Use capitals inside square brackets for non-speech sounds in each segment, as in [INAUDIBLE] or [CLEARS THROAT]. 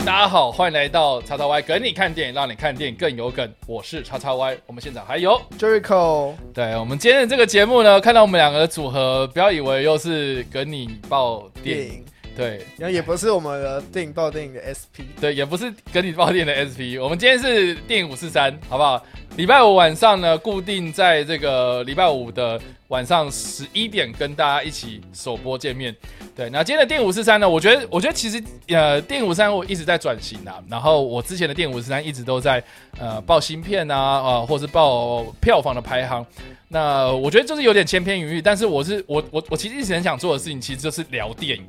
大家好，欢迎来到叉叉 Y 梗你看电影，让你看电影更有梗。我是叉叉 Y，我们现场还有， Jericho，对我们今天的这个节目呢，看到我们两个的组合，不要以为又是梗你爆电影，电影，对然后也不是我们的电影报电影的 SP，对，也不是梗你爆电影的 SP，我们今天是电影五四三，好不好？礼拜五晚上呢，固定在这个礼拜五的晚上十一点跟大家一起首播见面。对，那今天的电影五四三呢，我觉得，我觉得其实呃，电影五三我一直在转型啊，然后我之前的电影五四三一直都在呃报芯片啊，呃，或是报票房的排行。那我觉得就是有点千篇一律，但是我是我我我其实一直很想做的事情，其实就是聊电影，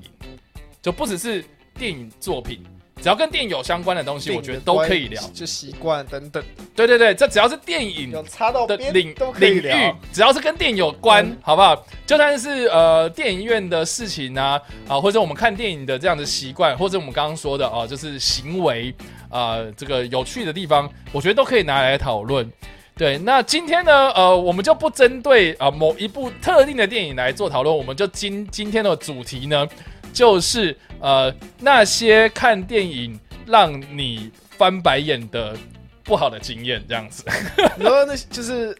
就不只是电影作品，只要跟电影有相关的东西，我觉得都可以聊。就习惯等等，对对对，这只要是电影有插到的哦边领都可领以域聊。，只要是跟电影有关，嗯好不好？就算是呃电影院的事情啊，啊、或者我们看电影的这样的习惯，或者我们刚刚说的哦、就是行为啊、这个有趣的地方，我觉得都可以拿来讨论。对，那今天呢，呃，我们就不针对啊、某一部特定的电影来做讨论，我们就今今天的主题呢，就是呃那些看电影让你翻白眼的不好的经验，这样子。然后那就是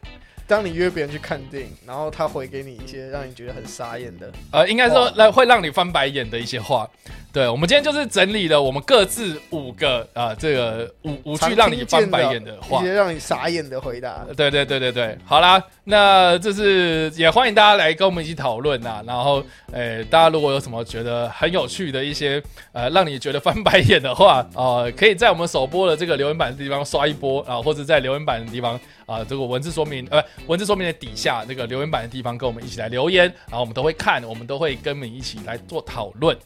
当你约别人去看电影，然后他回给你一些让你觉得很傻眼的，呃，应该说哇让会让你翻白眼的一些话。对，我们今天就是整理了我们各自五个啊、呃这个五五句让你翻白眼的常听见话一。些让你傻眼的回答。对对对对对，好啦，那就是也欢迎大家来跟我们一起讨论呐。然后，呃，大家如果有什么觉得很有趣的一些呃让你觉得翻白眼的话，呃，可以在我们首播的这个留言板的地方刷一波啊、或者在留言板的地方啊、这个文字说明呃文字说明的底下这个留言板的地方跟我们一起来留言，然后我们都会看，我们都会跟你一起来做讨论。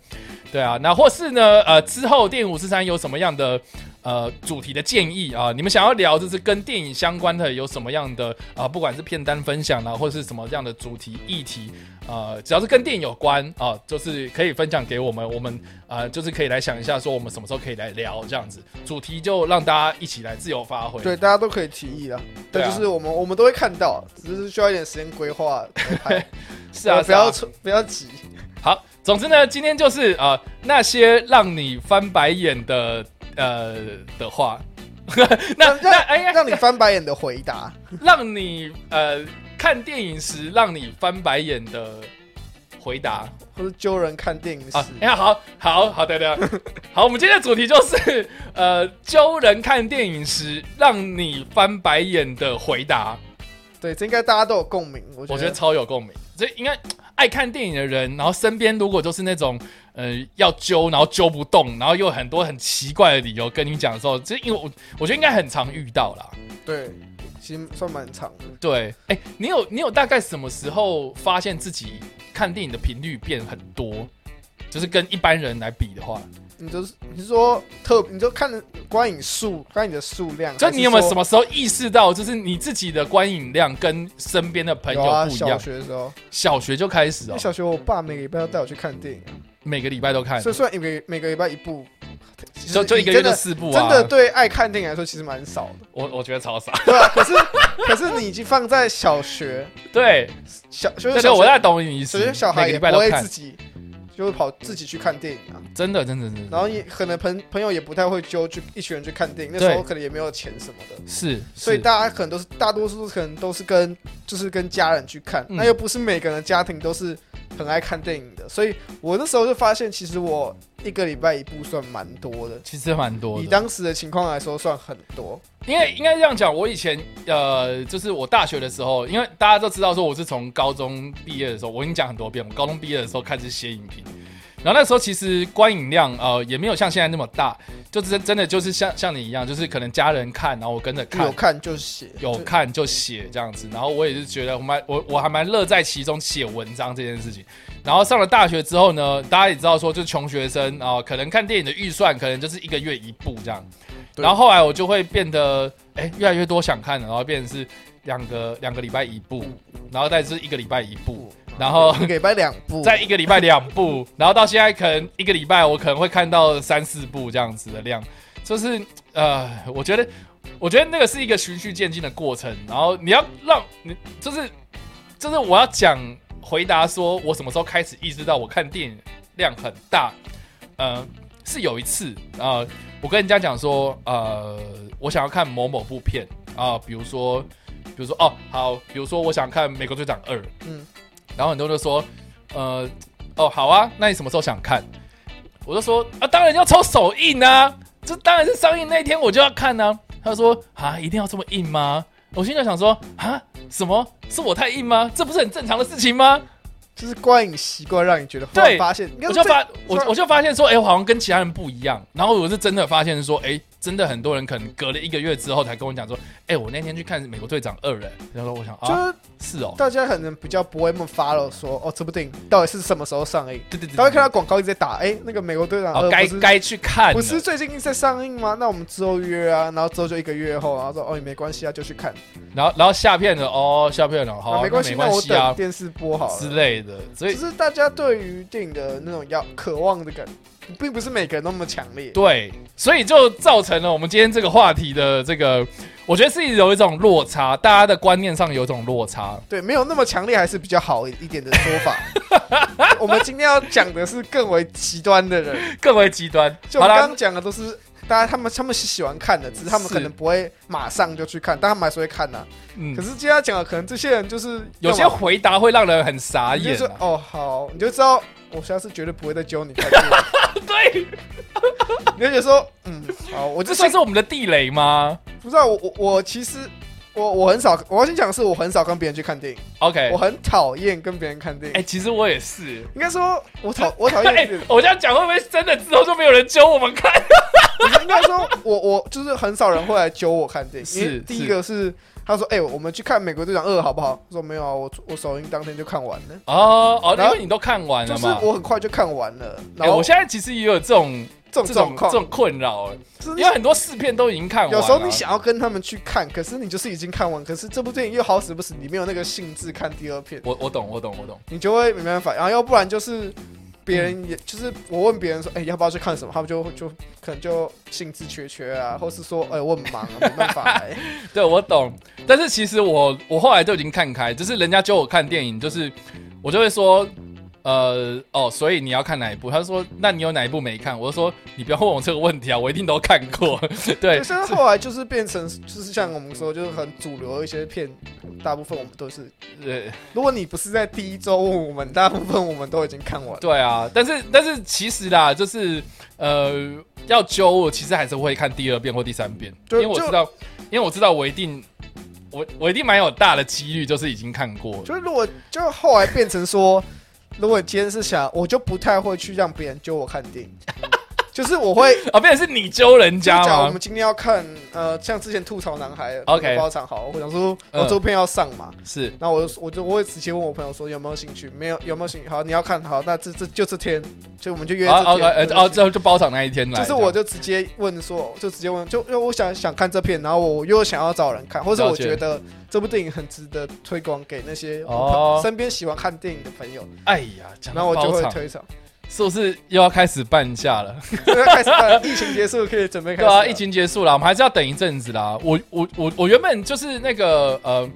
对啊，那或是呢，呃，之后电影五四三有什么样的呃主题的建议啊？你们想要聊就是跟电影相关的有什么样的啊、不管是片单分享啦、或是什么样的主题议题，呃，只要是跟电影有关啊、就是可以分享给我们，我们啊就是可以来想一下说我们什么时候可以来聊这样子，主题就让大家一起来自由发挥。对，大家都可以提议啦。对啊但就是我们我们都会看到，只是需要一点时间规划。 [LAUGHS] 是啊，不要是啊出不要急。好，总之呢，今天就是呃那些让你翻白眼的呃的话。 [LAUGHS] 那让那哎呀，让你翻白眼的回答，让你呃看电影时让你翻白眼的回答或是揪人看电影时啊！哎、呀，好好好的的，好，我们今天的主题就是呃揪人看电影时让你翻白眼的回答，对，这应该大家都有共鸣。我我觉觉得得超有共鸣。这应该爱看电影的人，然后身边如果就是那种呃要揪，然后揪不动，然后又有很多很奇怪的理由跟你讲的时候，这因为我我觉得应该很常遇到啦。对，其实算蛮长的。对，哎、你有你有大概什么时候发现自己看电影的频率变很多？就是跟一般人来比的话，你就是你是说特，你就看观影数，观影的数量，就你有没有什么么时候意识到，就是你自己的观影量跟身边的朋友有啊，不一样？小学的时候，小学就开始因哦为，小学我爸每个礼拜要带我去看电影啊，每个礼拜都看，所以算每个每个礼拜一部，其实哎就就一个你月真就的四部啊。真的，对爱看电影来说其实蛮少的，我我觉得超傻。对吧？可是可是你已经放在小学对，小，就对对，是小我在学懂你意小思学。小每孩个也礼不拜都会看自，己就会跑自己去看电影啊，真的真的真的然后也可能朋朋友也不太会揪去一群人去看电影，那对时候可能也没有钱什么的。是，所以是大家可能都是大多数可能都是跟就是跟家人去看，嗯那又不是每个人的家庭都是很爱看电影的，所以我那时候就发现，其实我一个礼拜一部算蛮多的，其实蛮多以的。当时的情况来说算很多。因为应该这样讲，我以前呃，就是我大学的时候，因为大家都知道说我是从高中毕业的时候，我已经讲很多遍，我高中毕业的时候开始写影评，然后那时候其实观影量呃也没有像现在那么大，就是真的就是像像你一样，就是可能家人看，然后我跟着看有，看就写，有就看就写这样子，然后我也是觉得我蛮我我还蛮乐在其中写文章这件事情。然后上了大学之后呢，大家也知道说，就是穷学生啊、可能看电影的预算可能就是一个月一部这样。对然后后来我就会变得哎越来越多想看了，然后变成是两个两个礼拜一部，嗯然后再是一个礼拜一部，然后一个礼拜两部，哦在一个礼拜两 [LAUGHS] 部，然后到现在可能一个礼拜我可能会看到三四部这样子的量，就是呃，我觉得我觉得那个是一个循序渐进的过程，然后你要让你就是就是我要讲回答说我什么时候开始意识到我看电影量很大，呃，是有一次啊、呃我跟人家讲说，呃，我想要看某某部片啊、比如说，比如说哦，好，比如说我想看《美国队长二》，嗯，然后很多人就说，呃，哦，好啊，那你什么时候想看？我就说啊，当然要抽首映啊，这当然是上映那天我就要看啊。他说啊，一定要这么硬吗？我心里想说啊，什么是我太硬吗？这不是很正常的事情吗？就是观影习惯让你觉得，忽对然发现，应该我是就这发我虽然我就发现说，哎、我好像跟其他人不一样。然后我是真的发现说，哎、真的很多人可能隔了一个月之后才跟我讲说，哎、我那天去看《美国队长二》了。然后我想就啊，是是哦，大家可能比较不会那么 follow 说，哦，这部电影到底是什么时候上映？对对对， [LAUGHS] 他会看到广告一直在打，哎，那个美国队长哦，二该不是该去看了，不是最近在上映吗？那我们之后约啊，然后之后就一个月后，然后说哦也没关系啊，就去看，然后然后下片了，哦，下片了，好啊、啊没关系，那没关我系啊等电视播好之了。类的，所就以是大家对于电影的那种要渴望的感，并不是每个人那么强烈。对，所以就造成了我们今天这个话题的这个，我觉得是有一种落差，大家的观念上有一种落差。对，没有那么强烈还是比较好一点的说法。 [LAUGHS] 我们今天要讲的是更为极端的人，更为极端。就我好们刚啦，刚讲的都是大家他们他们是喜欢看的，只是他们是可能不会马上就去看，但他们还是会看呐、啊嗯可，是今天要讲的，可能这些人就是有些要么回答会让人很傻你就 [LAUGHS] 眼、说啊。哦好，你就知道我下次绝对不会再揪你看这个。对，你就觉得说嗯好，我 [LAUGHS] 就这算算是我们的地雷吗不知道我我我其实我我很少，我要先讲的是我很少跟别人去看电影， ？OK，哎、我很讨厌跟别人看电影。其实我也是。应该说我讨我 [LAUGHS] 讨哎、厌是。我这样讲会不会真的之后就没有人揪我们 [LAUGHS] 看？应该说我，我就是很少人会来揪我看电影。因为是第一个是他说：“哎、我们去看《美国队长二》好不好？”我说：“没有啊，我我首映当天就看完了，哦哦，然因后为你都看完就了是嘛。我很快就看完了。”哎、然后我现在其实也有这种这种这状种这况，种困扰，哎就是因为很多试片都已经看完了。啊有时候你想要跟他们去看，可是你就是已经看完，可是这部电影又好死不死，你没有那个兴致看第二遍，我我懂，我懂，我懂。你就会没办法。然后要不然就是。别人嗯也就是我问别人说，哎、要不要去看什么？他们就就可能就兴致缺缺啊，或是说，哎、我很忙、啊，没办法、哎对，我懂。但是其实我我后来就已经看开，就是人家揪我看电影，就是我就会说，呃，哦，所以你要看哪一部？他就说，那你有哪一部没看？我就说，你不要问我这个问题啊，我一定都看过。 [LAUGHS] [LAUGHS] 对可，是后来就是变成，就是像我们说，就是很主流的一些片，大部分我们都是，呃，如果你不是在第一周问我们，大部分我们都已经看完了。对啊。但是但是其实啦，就是呃，要揪我，其实还是会看第二遍或第三遍，因就为我知道，因为我知道我一定。我我一定蛮有大的几率，就是已经看过了。就是如果就后来变成说，如果今天是想，我就不太会去让别人揪我看 [LAUGHS] 电影，就是我会。啊，变成是你揪人就家假如我吗们？今天要看，呃，像之前吐槽男孩 OK 包场好，我想说，嗯我这部片要上嘛，是然后我就我就我会直接问我朋友说有没有兴趣，没有有没有兴趣？好，你要看好，那这这就这天，所以我们就约啊这哦天。呃这天哦，这就包场那一天来。就是这样我就直接问说，就直接问，就因为我想想看这片，然后我又想要找人看，或者了我解觉得这部电影很值得推广给那些哦我身边喜欢看电影的朋友，哎呀，讲然后到我就包会场，推 [LAUGHS] 崇。是不是又要开始半价了？就是 [LAUGHS] 开始办疫情结束可以准备开对始了。啊，疫情结束了，我们还是要等一阵子啦。我我我我原本就是那个呃。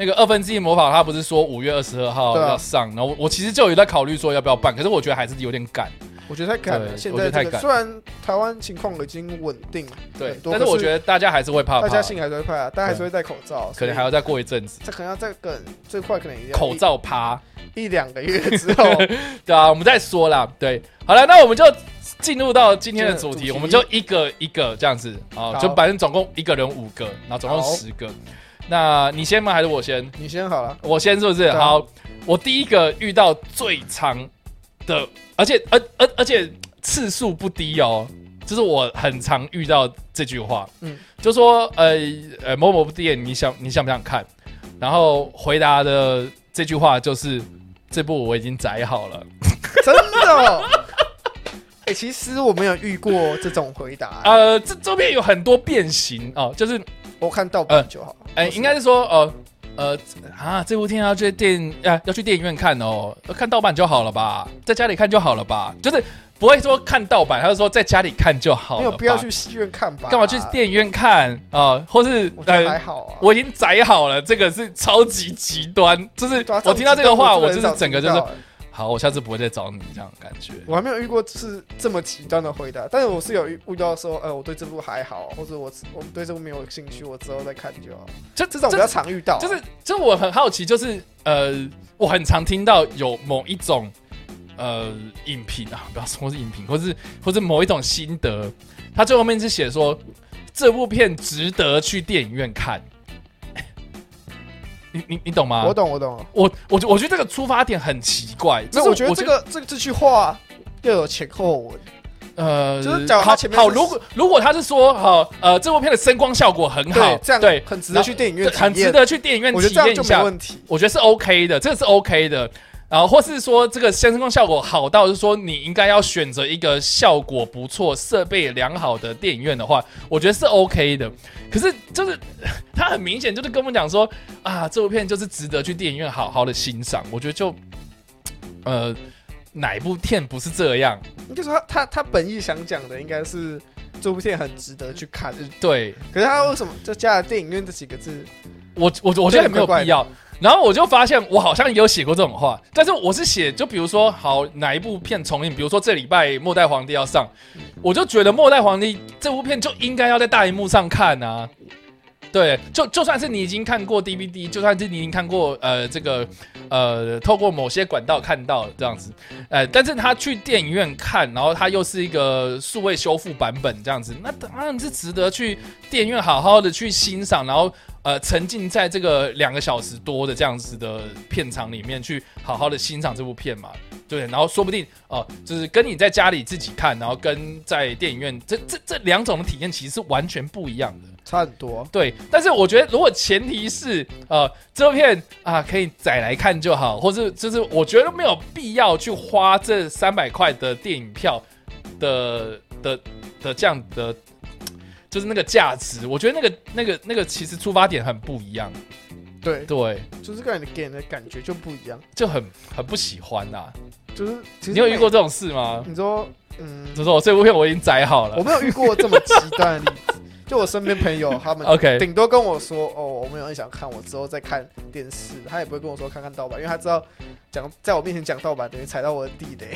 那个二分之一魔法，他不是说五月二十二号对啊要上，然后我我其实就有在考虑说要不要办，可是我觉得还是有点赶，我觉得太赶对了。现我觉在得太这个赶虽然台湾情况已经稳定，对很。多但是可是我觉得大家还是会怕大怕家，性还是会快啊，大家还是会戴口罩，可能还要要再过一阵子，这可能要再等最快可能也要口罩趴，一一两个月之 [LAUGHS] 后，对啊，我们再说啦。对，好了，那我们就进入到今天的主 [LAUGHS] 主题，题我们就一个一个这样子啊，好就反正总共一个人五个，然后总共好十个。那你先吗？还是我先？你先好了。我先是不是？啊好，我第一个遇到最长的，而且而而而且次数不低哦，就是我很常遇到这句话，嗯嗯，就说呃呃某某部电影你想你想不想看？然后回答的这句话就是这部我已经载好了， [LAUGHS] 真的哦。 [LAUGHS] 哎、其实我没有遇过这种回答、呃，这周边有很多变形哦，就是我看盗版就好。哎、应该是说呃。呃啊，这部电影要去电影啊，要去电影院看哦，看盗版就好了吧，在家里看就好了吧，就是不会说看盗版，他就说在家里看就好了没吧，有必要去戏院看吧？干嘛去？电影院看啊、或是我觉得还呃，好啊。我已经载好了，这个是超级极端，就是对啊我听到这个话，我就是种整个就是知道哎好，我下次不会再找你这样的感觉。我还没有遇过是这么极端的回答，但是我是有遇遇到说，呃，我对这部还好，或者我我对这部没有兴趣，我之后再看就好。这这种比较常遇到，啊就是，就我很好奇，就是呃，我很常听到有某一种呃影评啊，不要说是影评，或是或是某一种心得，他最后面是写说这部片值得去电影院看。你你你懂吗？我懂我懂。我我觉我觉得这个出发点很奇怪，那是我觉得这个这这句话要有前后文，呃，就是假如他好前面好，是如果如果他是说好呃这部片的声光效果很好对，，这样对很值得去电影院体验，很值得去电影院我觉体得这验样一就下没。问题。我觉得是 OK 的，这个是 OK 的。然后或是说这个声光效果好到，就是说你应该要选择一个效果不错、设备良好的电影院的话，我觉得是 OK 的。可是就是 [LAUGHS] 他很明显就是跟我们讲说啊，这部片就是值得去电影院好好的欣赏。我觉得就呃哪一部片不是这样？应该说他他他本意想讲的应该是这部片很值得去看，呃对可是他为什么就加了电影院这几个字？我我我觉得很没有必要。然后我就发现，我好像也有写过这种话，但是我是写，就比如说，好哪一部片重映，比如说这礼拜《末代皇帝》要上，我就觉得《末代皇帝》这部片就应该要在大荧幕上看啊。对，就就算是你已经看过 DVD，就算是你已经看过呃这个呃透过某些管道看到这样子，呃，但是他去电影院看，然后他又是一个数位修复版本这样子，那当然是值得去电影院好好的去欣赏，然后呃沉浸在这个两个小时多的这样子的片场里面去好好的欣赏这部片嘛，对，然后说不定哦、就是跟你在家里自己看，然后跟在电影院这这这两种的体验其实是完全不一样的。差很多，对，但是我觉得如果前提是呃这部片啊可以载来看就好，或是就是我觉得没有必要去花这三百块的电影票的的的这样的。呃就是那个价值，我觉得那个那个那个其实出发点很不一样，对，对，就是个人给人的感觉就不一样。就很很不喜欢呐、就是其实你有遇每过？这种事吗？你说，嗯，就是我这部片我已经载好我了没有遇过这么极端的例子。就我身边朋友， [LAUGHS] 他们，OK，顶多跟我说：“哦，我没有很想看，我之后再看电视。”他也不会跟我说看看盗版，因为他知道讲在我面前讲盗版等于踩到我的地雷。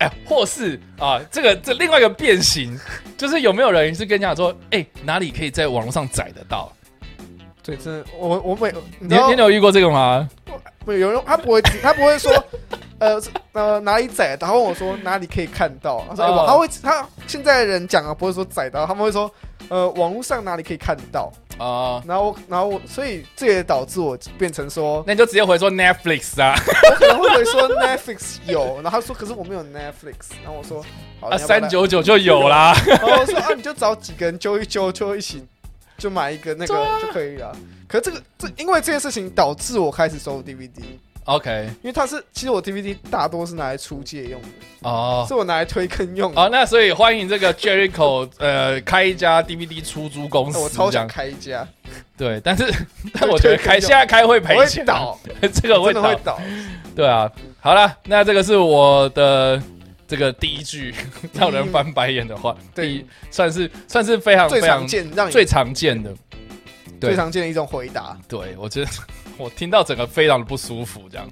哎，或是啊，这个这另外一个变形，就是有没有人是跟你讲说，哎、哪里可以在网络上载得到？对，真的，我我每你你知道你有遇过这个吗？我有人他不会他不会说 [LAUGHS] 呃是呃哪里载的，他问我说哪里可以看到，他说、哎哦网他会他现在的人讲啊不会说载到，他们会说呃网络上哪里可以看到，啊、然后然后我所以这也导致我变成说那你就直接回说 Netflix 啊，我可能会回说 [LAUGHS] Netflix 有，然后他说可是我没有 Netflix，然后我说好啊，你要不要三来九九就有 [LAUGHS] 啦。然后我说啊，你就找几个人揪一揪，就一起就买一个那对啊个就可以了。可这个这因为这件事情导致我开始收 DVD，因 OK，为它是其实我 DVD 大多是拿来出借用的，哦。是我拿来推坑用的。哦，那所以欢迎这个 Jericho，呃，开一家 DVD 出租公那司，哎我超这想样开一家，对，但 [LAUGHS] 是但我觉得开现在开会我赔会钱，啊倒，这个真会的倒会，倒。对啊。好了，那这个是我的这个第一句让人翻白眼的话，对第一，算是算是非常最非常常见让你最常见的，对最常见的一种回答。对我觉得我听到整个非常的不舒服，这样。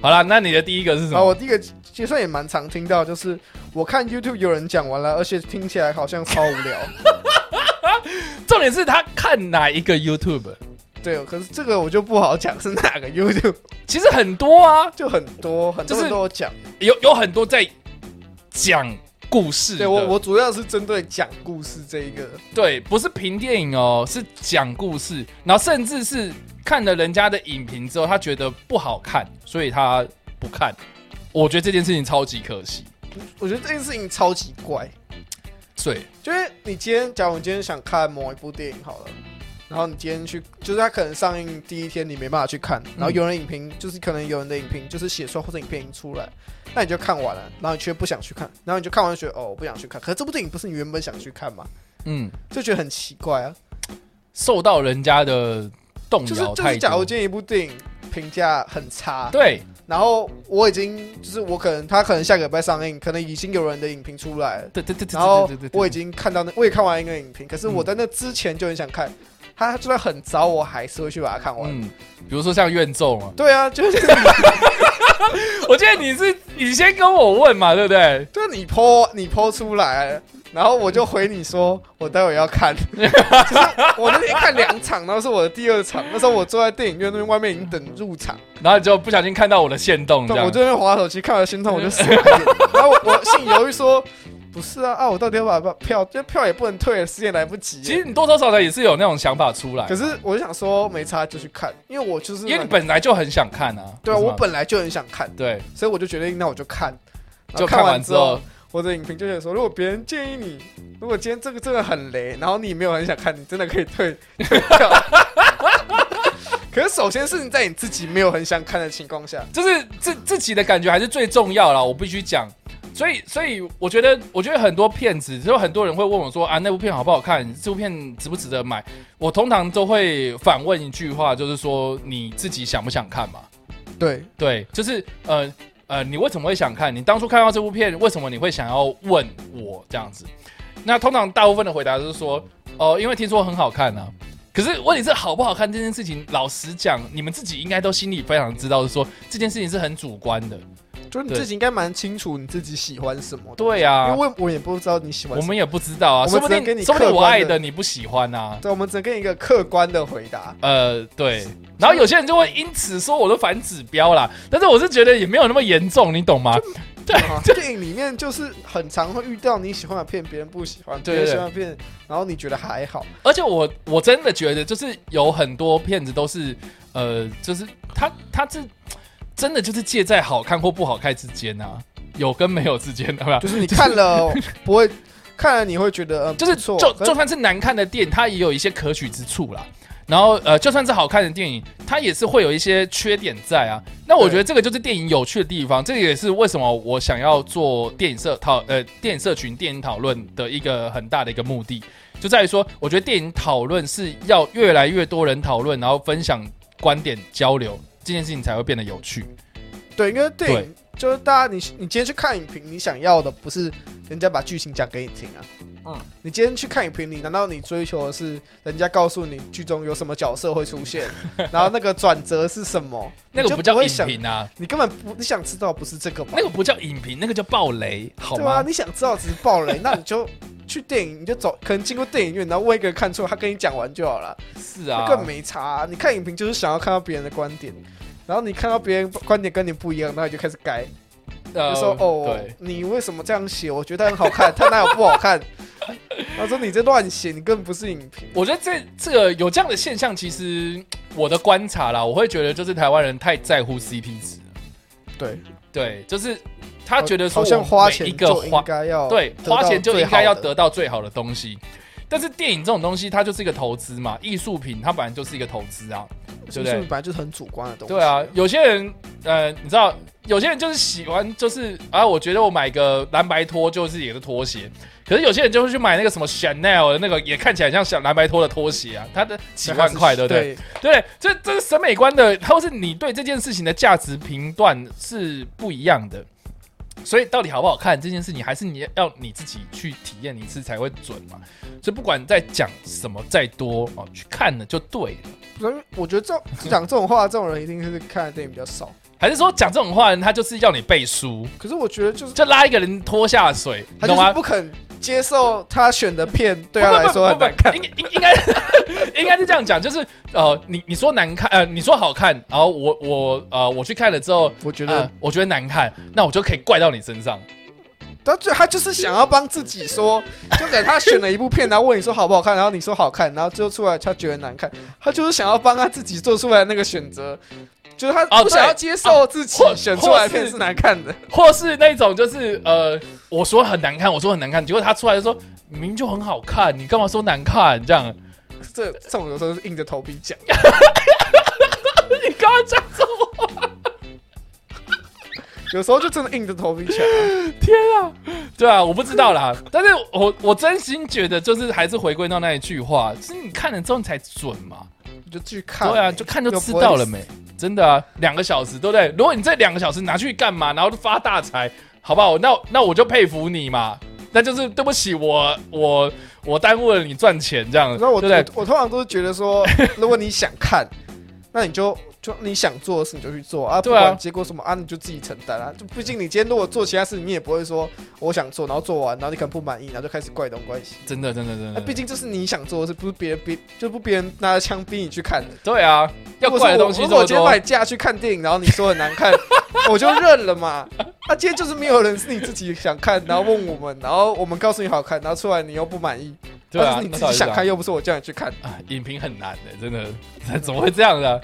好了，那你的第一个是什然么？后我第一个其实也蛮常听到，就是我看 YouTube 有人讲完了，而且听起来好像超无 [LAUGHS] 聊。重点是他看哪一个 YouTube？对，可是这个我就不好讲是哪个 YouTube，其实很多啊，就很多很就多是人都有讲。有有很多在讲故事的。对我，我主要是针对讲故事这一个，对，不是评电影哦，是讲故事，然后甚至是看了人家的影评之后，他觉得不好看，所以他不看。我觉得这件事情超级可惜。我觉得这件事情超级怪，对，就是你今天，假如你今天想看某一部电影好了，然后你今天去，就是它可能上映第一天你没办法去看，然后有人影评，就是可能有人的影评就是写出来或者影片已经出来，那你就看完了，然后你却不想去看，然后你就看完就觉得哦我不想去看，可是这部电影不是你原本想去看吗？嗯，就觉得很奇怪啊，受到人家的动就是摇就嗯太是，假如多。今天一部电影评价很差，对，然后我已经就是我可能他可能下个礼拜上映，可能已经有人的影评出来了。对对对对嗯然后对对对对我已经看到那，我也看完一个影评，可是我在那之前就很想看，他就算嗯很糟，我还是会去把它看完。嗯，比如说像怨咒嘛，对啊，就是我记得你是你先跟我问嘛，对不对？对啊，你剖你剖出来，然后我就回你说，我待会要看。就是我那天看两场，然后是我的第二场，那时候我坐在电影院那边，外面已经等入场，然后你就不小心看到我的线动，嗯这对，我样就在那边滑手机，看到心痛我就死了。 [LAUGHS] 然后我我心里犹豫说，不是啊啊，我到底要不要把票，这票也不能退了，时间来不及了。其实你多多少少也是有那种想法出来可，是我就想说没差就去看，因为我就是因为你本来就很想看啊。对啊，是吗我本来就很想看，对，所以我就决定那我就看。然就后看完完之后，我的影评就写说，如果别人建议你，如果今天这个真的很雷，然后你没有很想看，你真的可以退 [LAUGHS] 退票。可是首先是你在你自己没有很想看的情况下，就是自自己的感觉还是最重要啦，我必须讲。所以，所以我觉得，我觉得很多骗子，就很多人会问我说啊，那部片好不好看？这部片值不值得买？我通常都会反问一句话，就是说你自己想不想看嘛？对对，就是呃呃，你为什么会想看？你当初看到这部片，为什么你会想要问我这样子？那通常大部分的回答就是说，哦、因为听说很好看啊。可是问题是好不好看这件事情，老实讲，你们自己应该都心里非常知道，是说这件事情是很主观的。就是你对自己应该蛮清楚你自己喜欢什么的，对啊因，为我也不知道你喜欢我什么。们也不知道啊，我说们不只能定给你说不定客我观爱的的你不喜欢啊。对，我们只能给你一个客观的回答。呃，对，然后有些人就会因此说我都反指标啦，但是我是觉得也没有那么严重，你懂吗？对啊电影里面就是很常会遇到你喜欢的片，别人不喜欢；对对别人喜欢的片，然后你觉得还好。而且我我真的觉得，就是有很多片子都是，呃，就是他他是真的就是介在好看或不好看之间啊，有跟没有之间， [LAUGHS] 对吧？就是你看了不会，看了你会觉得呃就是不错，就就可算是难看的电影，它也有一些可取之处啦。然后呃，就算是好看的电影，它也是会有一些缺点在啊。那我觉得这个就是电影有趣的地方，这个也是为什么我想要做电影社讨呃电影社群电影讨论的一个很大的一个目的，就在于说，我觉得电影讨论是要越来越多人讨论，然后分享观点交流，这件事情才会变得有趣。对，因为电影就是大家你你今天去看影评，你想要的不是人家把剧情讲给你听啊。嗯嗯，你今天去看影评，你难道你追求的是人家告诉你剧中有什么角色会出现，然后那个转折是什么？那个你就不叫会影想，评啊，你根本不你想知道不是这个吧？那个不叫影评，那个叫暴雷，好对啊，吗？你想知道只是爆雷，那你就去电影，你就走，可能经过电影院，然后问一个人看出来，他跟你讲完就好了，是那啊，更没差啊、你看影评就是想要看到别人的观点，然后你看到别人观点跟你不一样，然后你就开始改，呃就说哦对。，你为什么这样写？我觉得很好看，他哪有不好看？他说你这乱写，你根本不是影评。我觉得这这个有这样的现象，其实我的观察啦，我会觉得就是台湾人太在乎 CP 值，对，对，就是他觉得说好像我花每钱一个就应花该要对得到花钱就应该要最好得到最好的东西。但是电影这种东西，它就是一个投资嘛，艺术品它本来就是一个投资啊，对的，就不是对本？来就是很主观的东西。对啊，有些人呃，你知道，有些人就是喜欢，就是啊，我觉得我买个蓝白拖就是也是拖鞋，可是有些人就会去买那个什么 Chanel 的那个，也看起来像小蓝白拖的拖鞋啊，它的几对，万块，对不对？对？对，这这是审美观的，或是你对这件事情的价值评断是不一样的。所以到底好不好看这件事情，还是你要你自己去体验一次才会准嘛。所以不管在讲什么再多哦，去看了就对了。所以我觉得这种讲这种话，这种人一定是看的电影比较少。还是说讲这种话的人，他就是要你背书，可是我觉得就是就拉一个人拖下水，你他懂就是吗？不肯接受他选的片对不他不来不说很难不看。应应应该 [LAUGHS] 应该是这样讲，就是呃，你你说难看，呃，你说好看，然后我我呃我去看了之后，我觉觉得我觉得难看，那我就可以怪到你身上。他最他就是想要帮自己 [LAUGHS] 说，就给他选了一部片，然后问你说好不好看，然后你说好看，然后最后出来他觉得难看，他就是想要帮他自己做出来的那个选择，就是他哦不想对要接受自己啊或选出来或的片是是难看的。或是那种就是呃，我说很难看，我说很难看，结果他出来就说明明就很好看，你干嘛说难看？这样，这这种有时候是硬着头皮讲，你刚刚讲什么？有时候就真的硬着头皮讲啊。对啊，我不知道啦，但是我我真心觉得就是还是回归到那一句话，是你看了之后你才准嘛。你就去看，欸对啊，就看就知道了就不会没？真的啊，两个小时对不对？如果你这两个小时拿去干嘛，然后发大财，好不好？那那我就佩服你嘛。那就是对不起，我我我耽误了你赚钱这样，然后我对不对？ [LAUGHS] 我我通常都是觉得说，如果你想看，那你就就你想做的事你就去做啊，不对啊管结果什么啊，你就自己承担啊。就毕竟你今天如果做其他事，你也不会说我想做，然后做完，然后你可能不满意，然后就开始怪东怪西。真的真的真那的，哎毕竟这是你想做的事，不是别人逼，就不别人拿着枪逼你去看的。对啊，要如果怪的是我东西这如果么我今天把多你，架去看电影，然后你说很难看，我就认了嘛。那今天就是没有人是你自己想看，然后问我们，然后我们告诉你好看，然后出来你又不满意，对但啊，是你那自到底己是想啥看，又不是我叫你去看。啊，影评很难的、真的， [LAUGHS] 怎么会这样的、啊？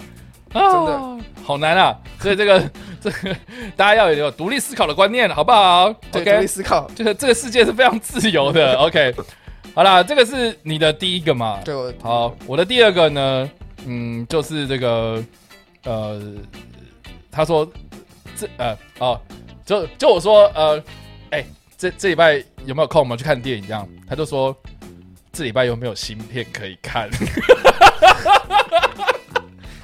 啊好难啊！所以这个 [LAUGHS] 这个大家要有独立思考的观念，好不好对，独立？OK，思考，就是这个世界是非常自由 [LAUGHS] 的。OK，好啦，这个是你的第一个嘛？对我好，我的第二个呢，嗯，就是这个呃，他说这呃哦，就就我说呃，哎、这这礼拜有没有空？我们去看电影这样？他就说这礼拜有没有新片可以看？ [LAUGHS]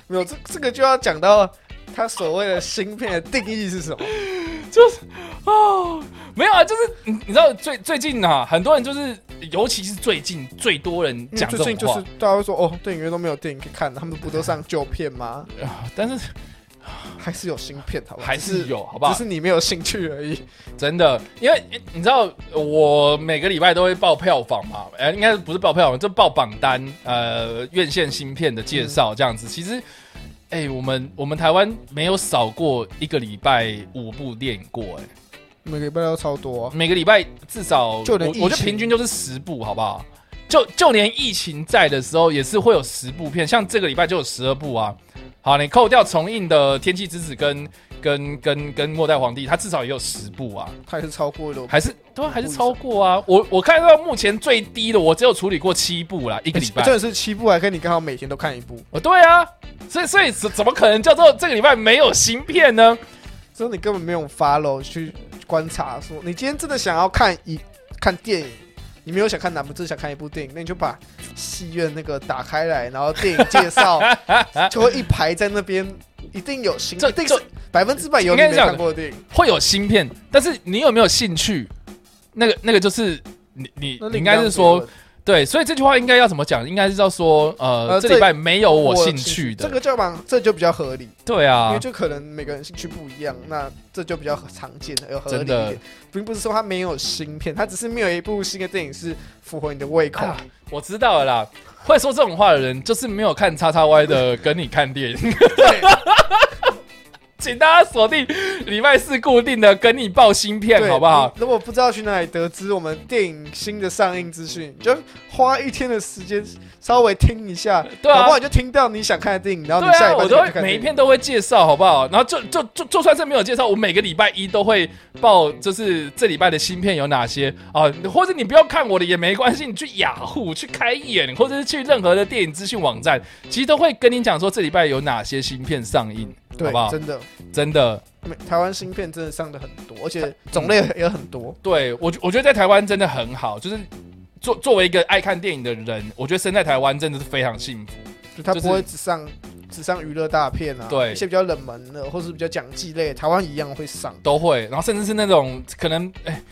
没有这这个就要讲到他所谓的芯片的定义是什么。哦，没有啊，就是你你知道最最近啊，很多人就是，尤其是最近最多人因为讲这最种话，近就是大家会说哦，电影院都没有电影可以看，他们不都上旧片 [LAUGHS] 吗？啊但是还是有芯片，好吧？还只是有，好不好只？是你没有兴趣而已。真的，因为诶你知道我每个礼拜都会报票房嘛，呃，应该不是报票房，就报榜单，呃，院线新片的介绍这样子。其实，哎、我们我们台湾没有少过一个礼拜五部电影过、哎，每个礼拜都超多啊、每个礼拜至少就连我疫情我就平均就是十部，好不好？就就连疫情在的时候，也是会有十部片，像这个礼拜就有十二部啊。好，你扣掉重映的《天气之子》跟跟跟跟《末代皇帝》，它至少也有十部啊，它也是超过了。还是对啊，还是超过啊。我我看到目前最低的，我只有处理过七部啦，一个礼拜哎真。的是七部，还跟你刚好每天都看一部，哦，对啊，所以所以怎怎么可能叫做这个礼拜没有新片呢？所以你根本没有 follow 去观察说，你今天真的想要看一看电影，你没有想看哪部，只是想看一部电影，那你就把戏院那个打开来，然后电影介 [LAUGHS] 绍就会一排在那边，一定有新，这一定这是百分之百有应你该没这样看过的电影。会有新片，但是你有没有兴趣？那个那个就是你你那你另应该是当说别论对，所以这句话应该要怎么讲？应该是要说呃，呃这这礼拜没有我我兴趣的，这个就蛮这就比较合理，对因啊为，就可能每个人兴趣不一样，那这就比较常见的，有合理一真的点，并不是说他没有新片，他只是没有一部新的电影是符合你的胃口。啊我知道了啦。会说这种话的人，就是没有看叉叉 Y 的， [LAUGHS] 跟你看电影。对 [LAUGHS] 请大家锁定礼拜四固定的跟你报新片，对好不好？？你如果不知道去哪里得知我们电影新的上映资嗯讯，你就花一天的时间稍微听一下，对啊搞不好你就听到你想看的电影，嗯然后对你下啊，一我都班就去会看每一电影。篇都会介绍，好不好？然后就就就就算是没有介绍，我每个礼拜一都会报，就是这礼拜的新片有哪些啊？或者你不要看我的也没关系，你去雅虎去开眼，或者是去任何的电影资讯网站，其实都会跟你讲说这礼拜有哪些新片上映，好不对，好？真的，真的，每台湾新片真的上的很多，而且嗯种类也很多。对我觉我觉得在台湾真的很好，就是作作为一个爱看电影的人，我觉得生在台湾真的是非常幸福。就它就不会只上只上娱乐大片啊，对一些比较冷门的或是比较讲技类，台湾一样会上。都会，然后甚至是那种可能，哎、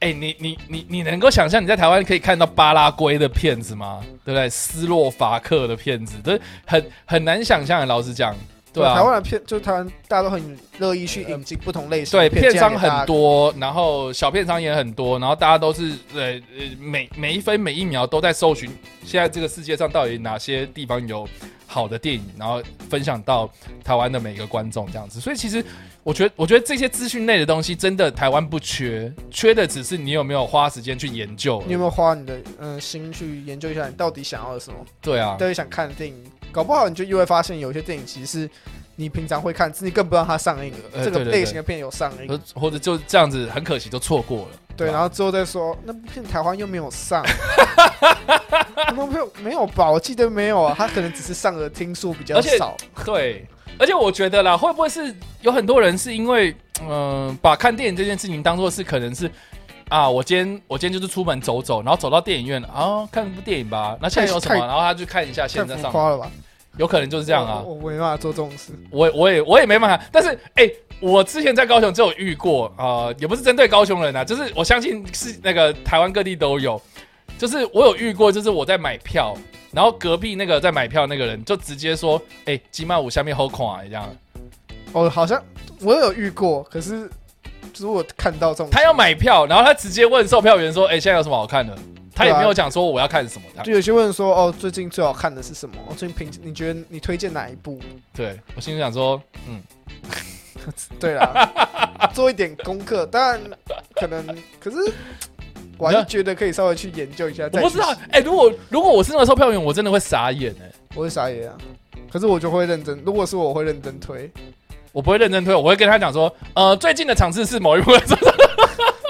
哎、你你你你能够想象你在台湾可以看到巴拉圭的片子吗？对不对？斯洛伐克的片子，这很很难想象。啊老实讲，对台啊，湾的片就是台湾大家都很乐意去引进不同类型对的片这样商给大家很多，然后小片商也很多，然后大家都是呃呃每每一分每一秒都在搜寻现在这个世界上到底哪些地方有好的电影，然后分享到台湾的每个观众这样子。所以其实我觉得，我觉得这些资讯类的东西真的台湾不缺，缺的只是你有没有花时间去研究。你有没有花你的嗯心去研究一下你到底想要的什么，对啊到，底想看的电影？搞不好你就意外发现有些电影其实是你平常会看，只是你更不让它上映呃。这个对对类型的片有上映，或或者就这样子，很可惜就错过了。对，然后后之后再说那部片台湾又没 [LAUGHS] 有上，那部片没有吧？我记得没有啊，它可能只是上的听数比较而且少。 [LAUGHS] 对，而且我觉得啦，会不会是有很多人是因为嗯、呃把看电影这件事情当做是可能是。啊，我今天我今天就是出门走走，然后走到电影院啊，看部电影吧。那现在有什么？太然后他去看一下太哦现在浮上，夸了吧？有可能就是这样啊。我我我没办法做这种事。我我也我也没办法，但是哎、我之前在高雄就有遇过，呃，也不是针对高雄人啊，就是我相信是那个台湾各地都有，就是我有遇过，就是我在买票，然后隔壁那个在买票那个人就直接说：“哎、金马舞下面好垮、这样。哦，好像我有遇过，可是如果看到这种，他要买票，然后他直接问售票员说：“哎、现在有什么好看的？”他也没有讲说我要看什么，他就有些问说，哦，最近最好看的是什么？哦、最近平你觉得你推荐哪一部？对我心里想说，嗯，对啦， [LAUGHS] 做一点功课，当然可能，可是我还是觉得可以稍微去研究一下。我再不知道去，哎、如果如果我是那个售票员，我真的会傻眼哎、我是傻眼啊。可是我就会认真，如果是我我会认真推。 [LAUGHS] 我不会认真推，我会跟他讲说，呃，最近的场次是某一部，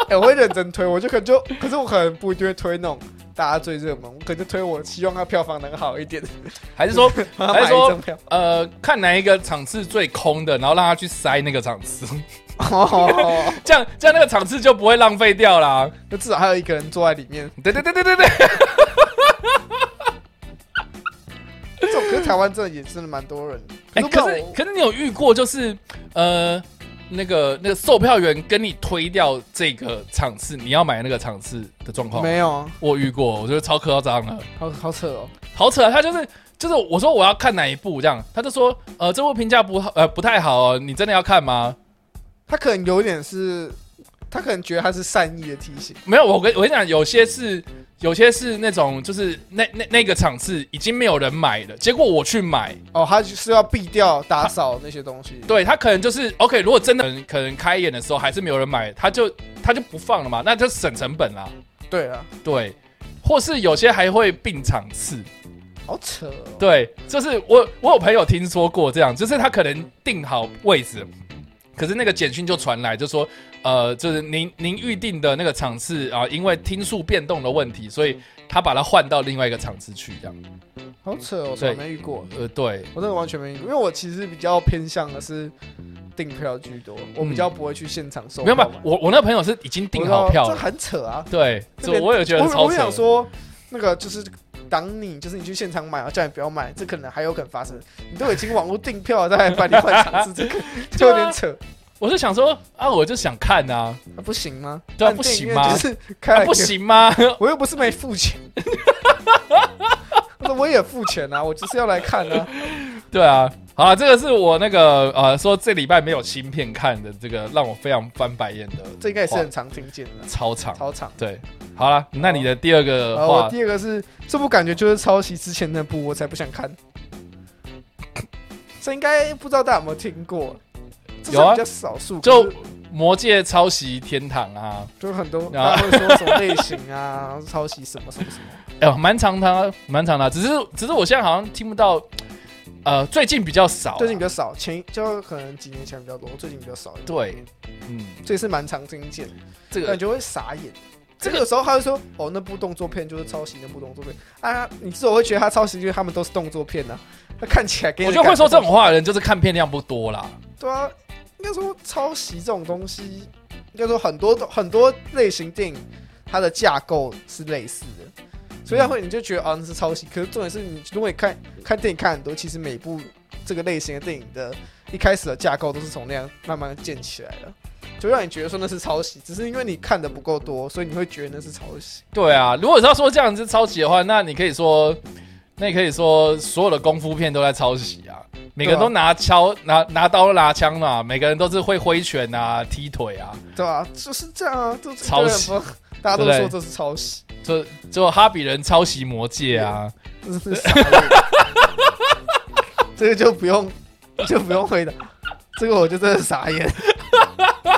哎、我会认真推，我就可能就，可是我可能不一定会推那种大家最热门，我可能就推我希望它票房能好一点， [LAUGHS] [LAUGHS] 还是说，买一张票。呃，看哪一个场次最空的，然后让他去塞那个场次， [LAUGHS] 哦，这样这样那个场次就不会浪费掉啦。就至少还有一个人坐在里面。对对对对对对，这种可是台湾真的也真的蛮多人。哎、可是不可然是我可是你有遇过就是呃那个那个售票员跟你推掉这个场次，你要买那个场次的状况吗？没有啊，我遇过，我觉得超夸张了。好好扯哦。好扯、啊，他就是就是我说我要看哪一部这样，他就说呃这部评价不好呃不太好哦，你真的要看吗？他可能有点是，他可能觉得他是善意的提醒，没有，我跟我跟你讲，有些是有些是那种就是那那那个场次已经没有人买了，结果我去买，哦，他就是要避掉打扫那些东西。对他可能就是 OK，如果真的可能可能开演的时候还是没有人买，他就他就不放了嘛，那就省成本啦，对啊，对。或是有些还会并场次，好扯、哦。，对，就是我我有朋友听说过这样，就是他可能定好位置，可是那个简讯就传来，就说呃，就是您您预定的那个场次啊、因为听数变动的问题，所以他把它换到另外一个场次去，这样。好扯、哦，我从来没遇过，呃，对，我真的完全没遇过，因为我其实比较偏向的是订票居多，我比较不会去现场售嗯没有票吧嘛。？我我那个朋友是已经订好我知票道这了，很扯啊。对，这这边我也觉得我超我想扯。说，那个就是挡你，就是你去现场买，我叫你不要买，这可能还有可能发生。你都已经网络订票了，再来办你换场次，这个 [LAUGHS] 就有啊点扯，我是想说啊，我就想看啊，啊不行吗？对啊办不电影行院吗就是开啊了不，行吗？我又不是没付钱。我说我也付钱啊，我就是要来看啊。 [LAUGHS] 对啊，好啦，这个是我那个呃说这礼拜没有芯片看的，这个让我非常翻白眼的，这应该也是很常听见的，超长。超长。对，好了，那你的第二个然后话我，第二个是这部感觉就是抄袭之前那部，我才不想看。这应该不知道大家有没有听过，这有啊是比较少数，就可是魔界抄袭天堂啊，就很多然后大家会说什么类型啊，然后抄袭什么什么什么。哎呦，蛮长的啊，蛮长的啊，只是只是我现在好像听不到，呃，最近比较少啊，最近比较少，前就可能几年前比较多，最近比较少。，对，嗯，这也是蛮常听见的。这感个觉会傻眼。这这个个时候他就说：“哦，那部动作片就是抄袭那部动作片啊！”你之所以会觉得他抄袭，因为他们都是动作片啊。他看起来给你我的就会感觉说这种话的人就是看片量不多啦，对啊，应该说抄袭这种东西，应该说很多很多类型电影它的架构是类似的，所以然后你就觉得啊那是抄袭。可是重点是你如果你看看电影看很多，其实每部这个类型的电影的一开始的架构都是从那样慢慢建起来的，就让你觉得说那是抄袭，只是因为你看的不够多，所以你会觉得那是抄袭。对啊，如果是要说这样子抄袭的话，那你可以说，那你可以说所有的功夫片都在抄袭啊，每个人对啊都拿枪、拿拿刀拿枪嘛，每个人都是会挥拳啊、踢腿啊，对吧、就是这样啊，这这抄袭这大家都对说不这是抄袭，就就哈比人抄袭魔界啊，这是傻眼。这个就不用，就不用回答。这个我就真的傻眼。 [LAUGHS]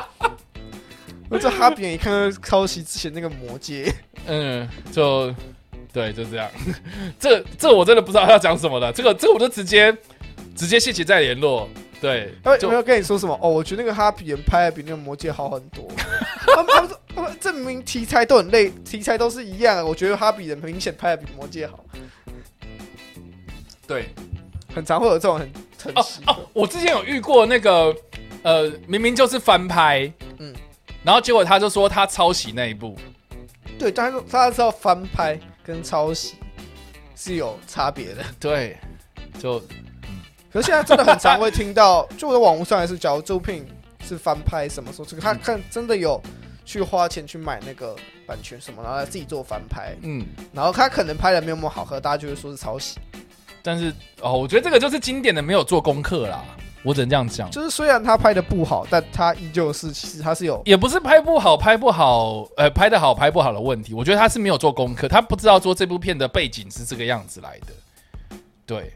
我这哈比人一看到抄袭之前那个魔戒，嗯，就对，就这样。 [LAUGHS] 这这我真的不知道要讲什么了，这个这个我就直接直接谢谢再联络。对，他有哎就哎没有跟你说什么？哦，我觉得那个哈比人拍的比那个魔戒好很多。 [LAUGHS] 他们他们说他们证明题材都很类，题材都是一样的。我觉得哈比人明显拍的比魔戒好，对很常会有这种很很哦奇怪。哦，我之前有遇过那个呃，明明就是翻拍，嗯嗯，然后结果他就说他抄袭那一部，对，但是大家知道翻拍跟抄袭是有差别的。对，就可是现在真的很常 [LAUGHS] 嗯会听到，就我在网络上也是，假如这部片是翻拍什么时候，这个他看真的有去花钱去买那个版权什么，然后来自己做翻拍，嗯，然后他可能拍的没有那么好喝，大家就会说是抄袭。但是哦，我觉得这个就是经典的没有做功课啦，我只能这样讲。就是虽然他拍的不好，但他依旧是其实他是有 [LAUGHS] 也不是拍不好，拍不好，呃，拍的好，拍不好的问题。我觉得他是没有做功课，他不知道说这部片的背景是这个样子来的。对，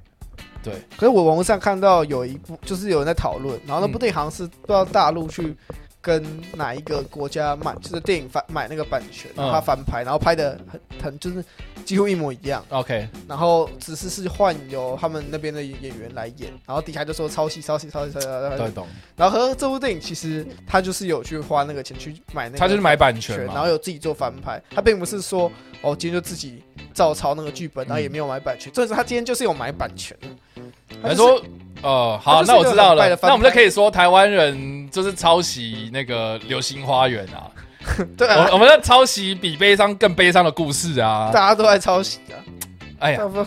对，可是我网络上看到有一部，就是有人在讨论，然后那部嗯电影好像是不知道大陆去跟哪一个国家买，就是电影翻买那个版权，嗯然后他翻拍，然后拍的很很就是几乎一模一样， OK，然后只是是换由他们那边的演员来演，然后底下就说抄袭抄袭抄袭抄袭，抄都袭懂。然后和这部电影其实他就是有去花那个钱去买那个，他就是买版权权，然嘛后。有自己做翻拍，他并不是说哦，今天就自己照抄那个剧嗯本，然后也没有买版权，重点是他今天就是有买版权，他他就是说，哦，好，他就是那我知道一个很坏了那的。翻我们就拍可以说台湾人就是抄袭那个《流星花园》啊，对啊，我我们在抄袭比悲伤更悲伤的故事啊。 [LAUGHS] 大家都在抄袭啊。哎呀，大部分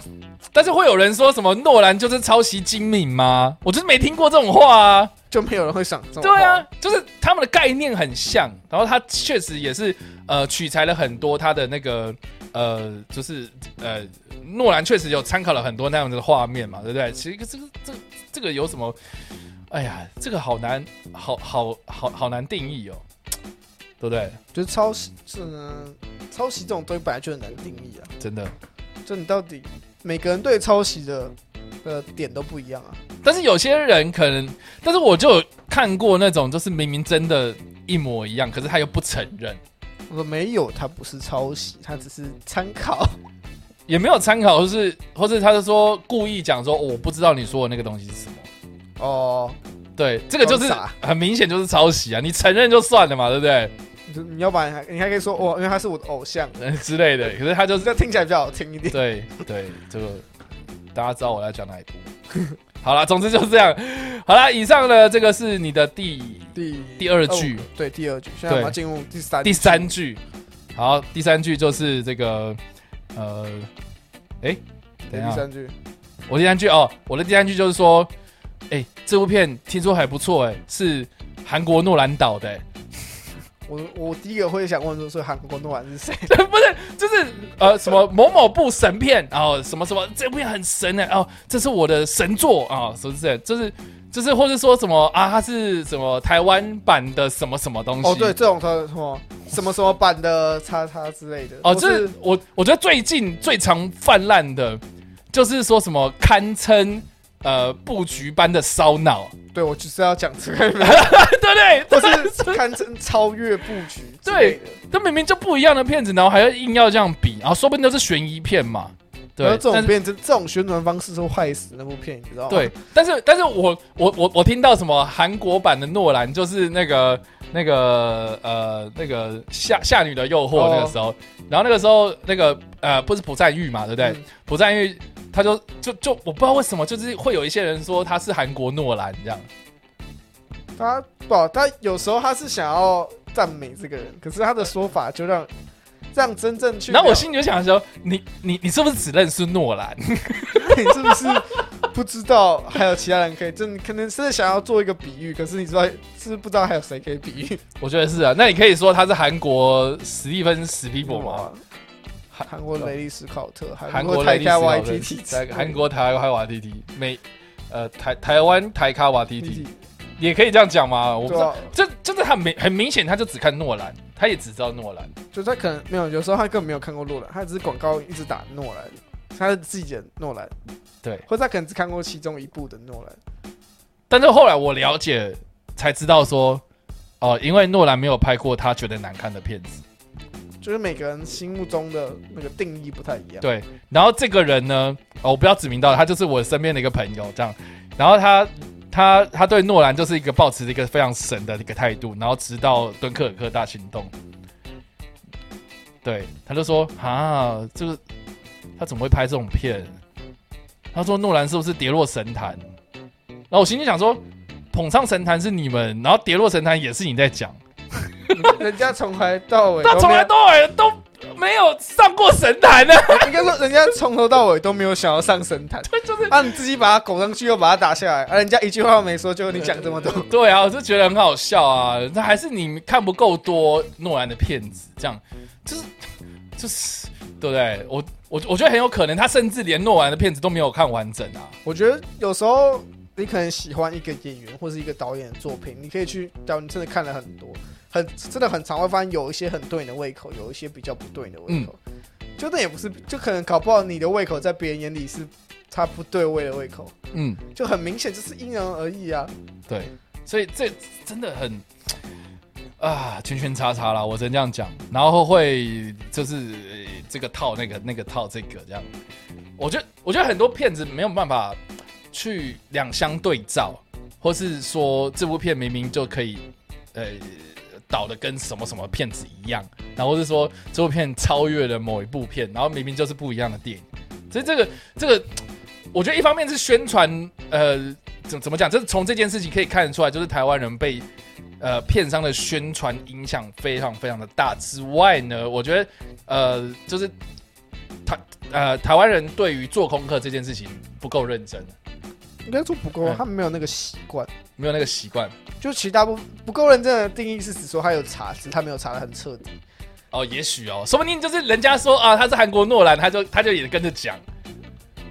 但是会有人说什么诺兰就是抄袭金敏吗？我就是没听过这种话啊。就没有人会想这种对话啊，，就是他们的概念很像，然后他确实也是呃取材了很多他的那个呃，就是呃诺兰确实有参考了很多那样的画面嘛，对不对？其实这个这个这个有什么？哎呀，这个好难，好好好好难定义哦，对不对？就是抄袭，嗯，抄袭这种东西本来就很难定义啊。真的，就你到底每个人对抄袭的呃点都不一样啊。但是有些人可能，但是我就有看过那种，就是明明真的一模一样，可是他又不承认。我说呃没有，他不是抄嗯袭，他只是参 [LAUGHS] 考。也没有参考，或是或是他就说故意讲说、哦我不知道你说的那个东西是什么。哦，对，这个就是装傻很明显就是抄袭啊！你承认就算了嘛，对不对？ [LAUGHS] 你就你要不然还你还可以说哦，因为他是我的偶像，呃之类的。可是他就这是样听起来比较好听一点。对对，这个大家知道我在讲哪一部。 [LAUGHS] 好啦，总之就是这样。好啦，以上呢，这个是你的第第 [LAUGHS] 第二句哦对，第二句。现在我们要进入第三句第三句。好，第三句就是这个呃，哎、对等第一下，三句，我第三句哦，我的第三句就是说，哎、这部片听说还不错，哎，是韩国诺兰导的、哎我我第一个会想问说，是韩国诺兰是谁？不是，就是呃什么某某部神片，然、后什么什么这部片很神的、哦，这是我的神作啊、是不是？就是就是，或者说什么啊，它是什么台湾版的什么什么东西？哦，对，，这种他什么什么什么版的叉叉之类的。哦，或这是是我我觉得最近最常泛滥的，就是说什么堪称呃布局般的烧脑， [LAUGHS] 对，我就是要讲这个，对不 [LAUGHS] 对？或是堪称超越布局之类的。这明明就不一样的片子，然后还要硬要这样比，然后说不定都是悬疑片嘛。对，然后这但种是片子，哦这种宣传方式是会害死那部片，你知道吗？对，但是但是我我我我听到什么韩国版的诺兰，就是那个那个呃那个夏夏女的诱惑哦那个时候，然后那个时候那个呃不是朴赞玉嘛，对不对？嗯朴赞玉他就就就我不知道为什么，就是会有一些人说他是韩国诺兰这样，他不，他有时候他是想要赞美这个人，可是他的说法就让让真正去了，然后我心里就想说，你你你是不是只认识诺兰？ [LAUGHS] 你是不是不知道还有其他人可以？真可能是想要做一个比喻，可是你知道是不是不知道还有谁可以比喻？我觉得是啊，那你可以说他是韩国史蒂芬史皮博啊吗？？韩韩国雷利斯考特，韩国国泰雷利斯加劳 YT 顿体台韩国台湾瓦 T T 美呃台台湾台卡瓦 T T 也可以这样讲吗？我不知嗯对道，啊，这真的很明很明显，他就只看诺兰，他也只知道诺兰。就他可能没有，有时候他根本没有看过诺兰，他只是广告一直打诺兰，他是自己的诺兰，对，或者他可能只看过其中一部的诺兰。但是后来我了解才知道说，哦，因为诺兰没有拍过他觉得难看的片子。就是每个人心目中的那个定义不太一样。对，然后这个人呢，哦，我不要指名道姓，他就是我身边的一个朋友这样。然后他他他对诺兰就是一个抱持着一个非常神的一个态度，然后直到《敦刻尔克大行动》，对，他就说啊，这个他怎么会拍这种片？他说诺兰是不是跌落神坛？然后我心里想说，捧上神坛是你们，然后跌落神坛也是你在讲， [LAUGHS] 人家从来到尾他都从没来有都哎都没有上过神坛啊呢、 [LAUGHS] 应该说人家从头到尾都没有想要上神坛， [LAUGHS] [LAUGHS] 就是啊，你自己把它拱上去又把它打下来，啊，人家一句话没说，就你讲这么 [LAUGHS] 多，对啊，我就觉得很好笑啊。那还是你看不够多诺兰的片子，这样就是就是对不对？我我我觉得很有可能，他甚至连诺兰的片子都没有看完整啊。我觉得有时候你可能喜欢一个演员或是一个导演的作品，你可以去，假如你真的看了很多，很真的很常会发现有一些很对你的胃口，有一些比较不对你的胃口。就那也不是，就可能搞不好你的胃口在别人眼里是他不对味的胃口，嗯，就很明显就是因人而异啊。对，所以这真的很啊，圈圈叉叉啦，我只能这样讲。然后会就是、呃这个套那个那个套这个这样，我觉得我觉得很多骗子没有办法去两相对照，或是说这部片明明就可以呃。导的跟什么什么骗子一样，然后是说这部片超越了某一部片，然后明明就是不一样的电影，所以这个这个，我觉得一方面是宣传，呃，怎怎么讲？这是从这件事情可以看得出来，就是台湾人被呃片商的宣传影响非常非常的大。之外呢，我觉得呃，就是台呃台湾人对于做功课这件事情不够认真，应该说不够嗯，他们没有那个习惯。没有那个习惯。就其实大部分不够认真的定义是指说他有查，只是他没有查的很彻底。哦，也许哦，说不定就是人家说啊，他是韩国诺兰，他就他就也跟着讲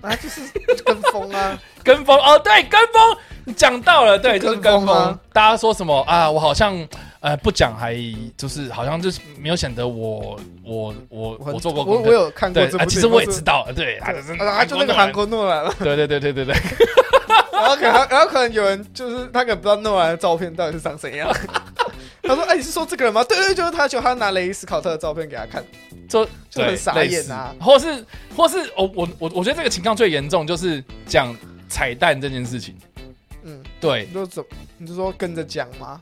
啊，就是跟风啊，跟风哦，对，跟风，你讲到了，对，就就是跟跟风啊风。大家说什么啊？我好像呃不讲，还就是好像就是没有显得我我 [LAUGHS] 我很我做过我功我课。有看过对这部电影、啊，其实我也知道。道，对，啊就是啊，就那个韩国诺兰，对对对对对对，然后可能然后可能有人就是他可能不知道诺兰的照片到底是长怎样。 [LAUGHS] 他说：“哎、你是说这个人吗？对对，就是他，就他拿雷伊斯考特的照片给他看，就 [LAUGHS] 就很傻眼啊对类似或是或是我我我我觉得这个情况最严重，就是讲彩蛋这件事情。嗯，对你，就怎你就说跟着讲吗？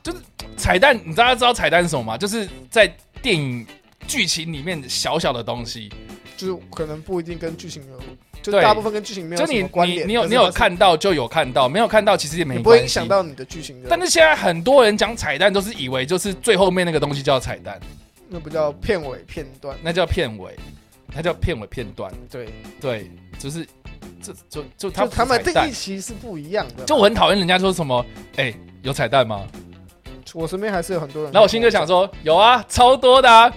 彩蛋，你大家知道彩蛋是什么吗？就是在电影剧情里面小小的东西，就是可能不一定跟剧情有，就对大部分跟剧情没就有什你么关你联。你有可是你有它是，看到就有看到，没有看到其实也没你不会关影系响。到你的剧情的。但是现在很多人讲彩蛋，都是以为就是最后面那个东西叫彩蛋，那不叫片尾片段，那叫片尾，那叫片尾片段。对，对，就是这就就他嗯就他们定定义义其实是不一样的嘛。就我很讨厌人家说什么，哎、有彩蛋吗？嗯我身边还是有很多人。然后我心里就想，说，有啊，超多的 [LAUGHS] 啊，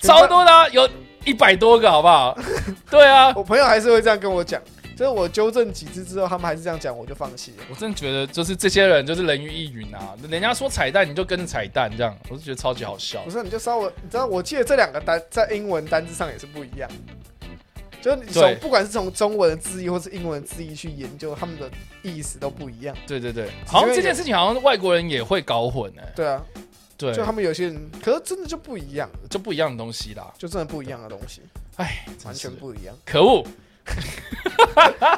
超多的啊，有一百多个，好不好？ [LAUGHS] 对啊，我朋友还是会这样跟我讲，就是我纠正几次之后，他们还是这样讲，我就放弃了。我真的觉得就是这些人就是人云亦云啊，人家说彩蛋你就跟着彩蛋这样，我是觉得超级好笑不。是，你就稍微，你知道，我记得这两个单在英文单字上也是不一样，就是你对从不管是从中文的字义或是英文的字义去研究，他们的意思都不一样。对对对，好像这件事情好像外国人也会搞混哎、对啊，对，就他就们有些人，可是真的就不一样，不一样的东西啦，就真的不一样的东西，真完是全不一样。可恶，